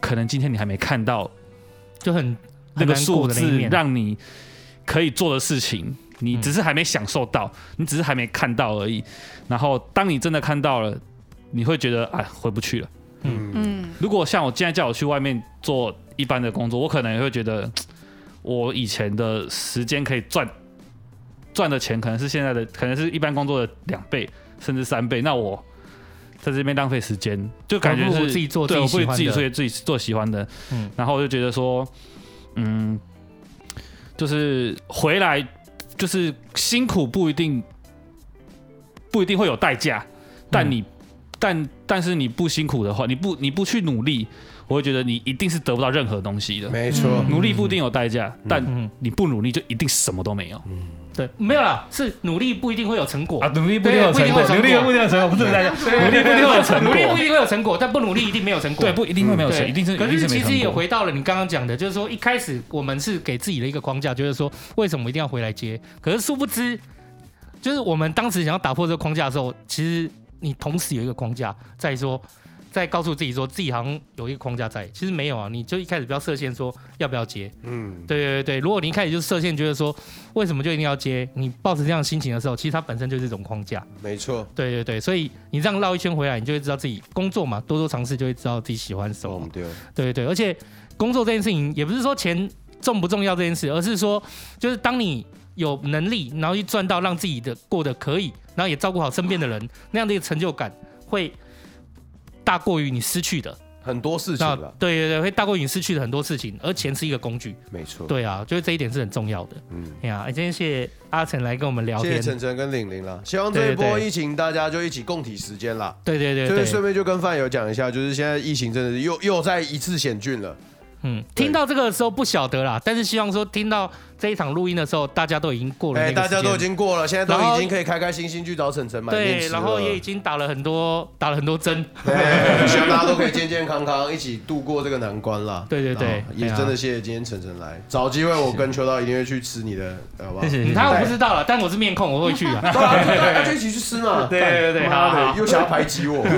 S5: 可能今天你还没看到
S3: 就很
S5: 那
S3: 很
S5: 个
S3: 难
S5: 数
S3: 过的那一
S5: 字
S3: 面
S5: 让你可以做的事情，你
S3: 嗯
S5: 只是还没享受到，你只是还没看到而已。然后当你真的看到了，你会觉得哎，回不去了。
S2: 嗯，
S4: 嗯，
S5: 如果像我现在叫我去外面做一般的工作，我可能也会觉得，嘖我以前的时间可以赚赚的钱，可能是现在的，可能是一般工作的两倍甚至三倍。那我在这边浪费时间，就感觉
S3: 还不哦如
S5: 是
S3: 自己做
S5: 对，
S3: 自己
S5: 我不
S3: 喜
S5: 会
S3: 欢
S5: 自己
S3: 的
S5: 做自己做喜欢的。
S3: 嗯
S5: 然后我就觉得说，嗯，就是回来就是辛苦不一定不一定会有代价，但你、但但是你不辛苦的话，你不你不去努力，我会觉得你一定是得不到任何东西的。
S2: 没错，
S5: 努力不一定有代价，但
S3: 嗯，
S5: 你不努力就一定什么都没有
S3: 对，没有啦，是努力不一定会有成果
S5: 啊！，努力
S3: 不一定有成果努力不
S5: 一定有成果，不是代价，努力不一定会有成
S3: 努力不一
S5: 果，
S3: 定会有成果，但不努力一定没有成果。
S5: 对，不一定会没有成，
S3: 对，
S5: 一定是
S3: 可
S5: 一定
S3: 是
S5: 没
S3: 其
S5: 成
S3: 实也
S5: 果
S3: 回到了你刚刚讲的，就是说一开始我们是给自己的一个框架，就是说为什么一定要回来接？可是殊不知，就是我们当时想要打破这个框架的时候，其实你同时有一个框架在说，在告诉自己说自己好像有一个框架在，其实没有啊，你就一开始不要设限说要不要接，
S2: 嗯，
S3: 对对对对，如果你一开始就设限觉得说为什么就一定要接，你抱持这样的心情的时候，其实它本身就是一种框架，
S2: 没错，
S3: 对对对，所以你这样绕一圈回来，你就会知道自己工作嘛，多多尝试就会知道自己喜欢什么
S2: 懂
S3: 嘛，
S2: 对，
S3: 对对对，而且工作这件事情也不是说钱重不重要这件事，而是说就是当你有能力，然后去赚到让自己的过得可以，然后也照顾好身边的人，那样的一个成就感会大过于你失去的。
S2: 很多事情
S3: 那
S2: 了，
S3: 对对对，会大过于你失去的很多事情，而钱是一个工具。
S2: 没错，
S3: 对啊，就是这一点是很重要的。
S2: 嗯。
S3: 哎呀，哎今天谢谢阿成来跟我们聊
S2: 谢谢
S3: 天。
S2: 晨晨跟玲玲啦，希望这一波
S3: 对对
S2: 疫情大家就一起共体时间啦。
S3: 对对对
S2: 所以
S3: 对
S2: 顺，便就跟范友讲一下，就是现在疫情真的是又又在一次险峻了。
S3: 嗯，
S2: 对
S3: 听到这个的时候不晓得啦，但是希望说听到这一场录音的时候，大家都已经过了
S2: 哎、
S3: 那个
S2: 大
S3: 时
S2: 家
S3: 间
S2: 都已经过了，现在都
S3: 然
S2: 已
S3: 后
S2: 经可以开开心心去找晨晨买面
S3: 对，
S2: 吃
S3: 然后
S2: 了
S3: 也已经打了很多打了很多 [laughs] 针，
S2: 对哎希望大家都可以健健康康，一起度过这个难关啦。
S3: [laughs] 对对对
S2: 啊也
S3: 对啊
S2: 真的谢谢今天晨晨来，找机会我跟秋刀一定会去吃你的，好不好？
S5: 谢
S3: 嗯他我不知道了，但我是面控，我会去啊，
S2: 对啊，对啊就一起去吃嘛。
S3: [laughs] 对啊对 [laughs] 对
S2: 妈
S3: 好
S2: 的，
S3: 好
S2: 又想要排
S3: [laughs]
S2: 挤我，有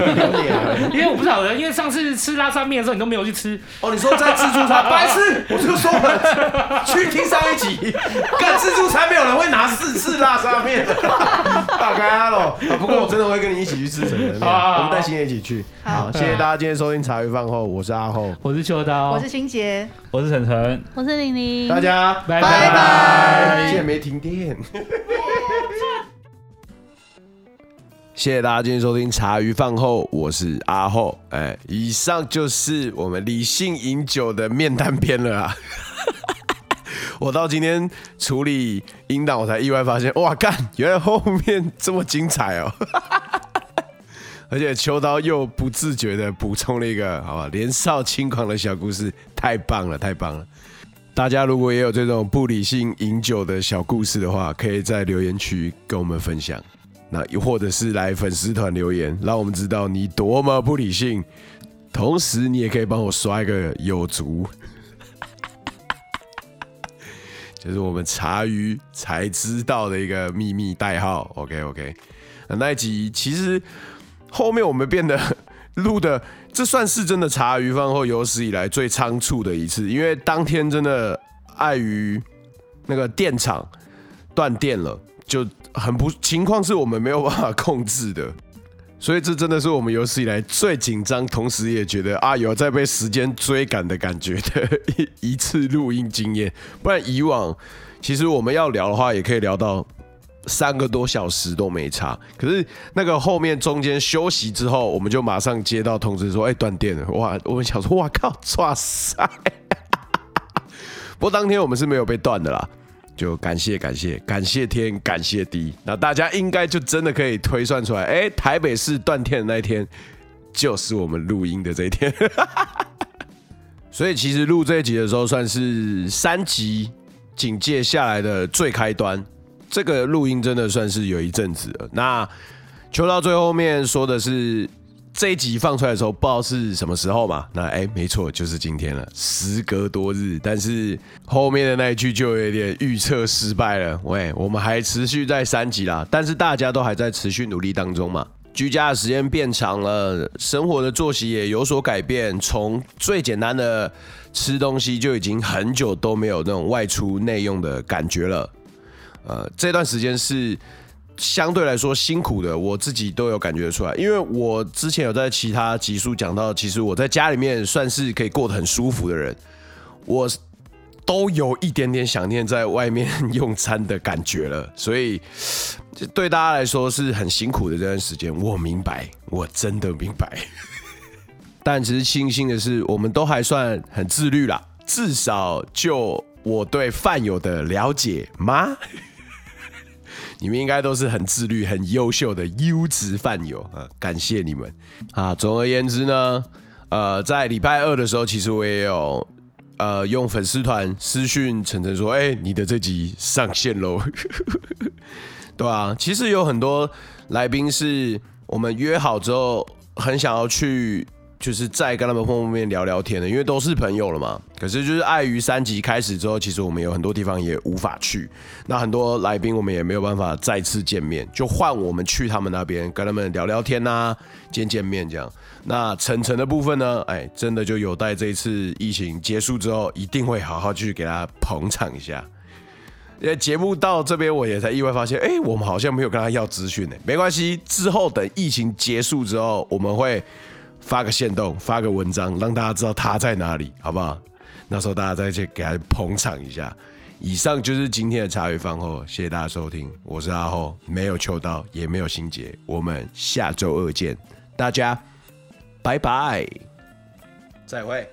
S2: 脸啊
S3: 因为我不晓得，因为上次吃拉沙面的时候你都没有去吃，
S2: 哦，你说在自助餐，白 [laughs] 痴，我就说了，去听上一 [laughs] 集，干自助餐没有人会拿四次辣沙 [laughs] 面的，大概喽。啊不过我真的会跟你一起去吃神的，
S3: 好好好
S2: 我们带新野一起去。好，谢谢大家今天收听茶余饭后，我是阿后，
S3: 我是秋刀，
S4: 我是心杰。
S5: 我是晨晨。
S6: 我是玲玲，
S2: 大家
S3: 拜
S2: 拜
S3: 拜
S2: 现在没停电。谢谢大家今天收听茶余饭后，我是阿后。哎，以上就是我们理性饮酒的面谈篇了啊。 [laughs] 我到今天处理音档，我才意外发现，哇，干，原来后面这么精彩哦！ [laughs] 而且秋刀又不自觉的补充了一个，好吧，年少轻狂的小故事，太棒了，太棒了。大家如果也有这种不理性饮酒的小故事的话，可以在留言区跟我们分享。那又或者是来粉丝团留言，让我们知道你多么不理性。同时，你也可以帮我刷一个有足，就是我们茶余才知道的一个秘密代号。OK OK，那一集其实后面我们变得录的，这算是真的茶余饭后有史以来最仓促的一次，因为当天真的碍于那个电厂断电了，就很不情况是我们没有办法控制的。所以这真的是我们有史以来最紧张，同时也觉得啊有在被时间追赶的感觉的一一次录音经验。不然以往其实我们要聊的话，也可以聊到三个多小时都没差。可是那个后面中间休息之后，我们就马上接到通知说，哎、断电了。哇，我们想说，哇靠，哇塞！ [laughs] 不过当天我们是没有被断的啦，就感谢感谢感谢天感谢地。那大家应该就真的可以推算出来，哎、台北市断电的那一天，就是我们录音的这一天。 [laughs] 所以其实录这一集的时候，算是三级警戒下来的最开端。这个录音真的算是有一阵子了。那秋到最后面说的是这一集放出来的时候，不知道是什么时候嘛？那哎、没错，就是今天了，时隔多日。但是后面的那一句就有点预测失败了。喂，我们还持续在三集啦，但是大家都还在持续努力当中嘛。居家的时间变长了，生活的作息也有所改变，从最简单的吃东西就已经很久都没有那种外出内用的感觉了。呃，这段时间是相对来说辛苦的，我自己都有感觉出来。因为我之前有在其他集数讲到，其实我在家里面算是可以过得很舒服的人，我都有一点点想念在外面用餐的感觉了。所以这对大家来说是很辛苦的这段时间，我明白，我真的明白。 [laughs] 但其实庆幸的是，我们都还算很自律啦，至少就我对饭友的了解吗？你们应该都是很自律、很优秀的优质饭友啊，感谢你们啊！总而言之呢，呃，在礼拜二的时候，其实我也有呃用粉丝团私讯晨晨说：“哎、你的这集上线喽。” [laughs] 对啊，其实有很多来宾是我们约好之后很想要去就是再跟他们碰面聊聊天的，因为都是朋友了嘛。可是就是碍于三级开始之后，其实我们有很多地方也无法去，那很多来宾我们也没有办法再次见面，就换我们去他们那边跟他们聊聊天呐、啊见见面这样。那晨晨的部分呢，哎，真的就有待这一次疫情结束之后，一定会好好去给他捧场一下。呃，节目到这边，我也才意外发现，哎、我们好像没有跟他要资讯呢。没关系，之后等疫情结束之后，我们会发个线动，发个文章，让大家知道他在哪里，好不好？那时候大家再去给他捧场一下。以上就是今天的茶余饭后，谢谢大家收听，我是阿后，没有秋刀，也没有心结，我们下周二见，大家拜拜，再会。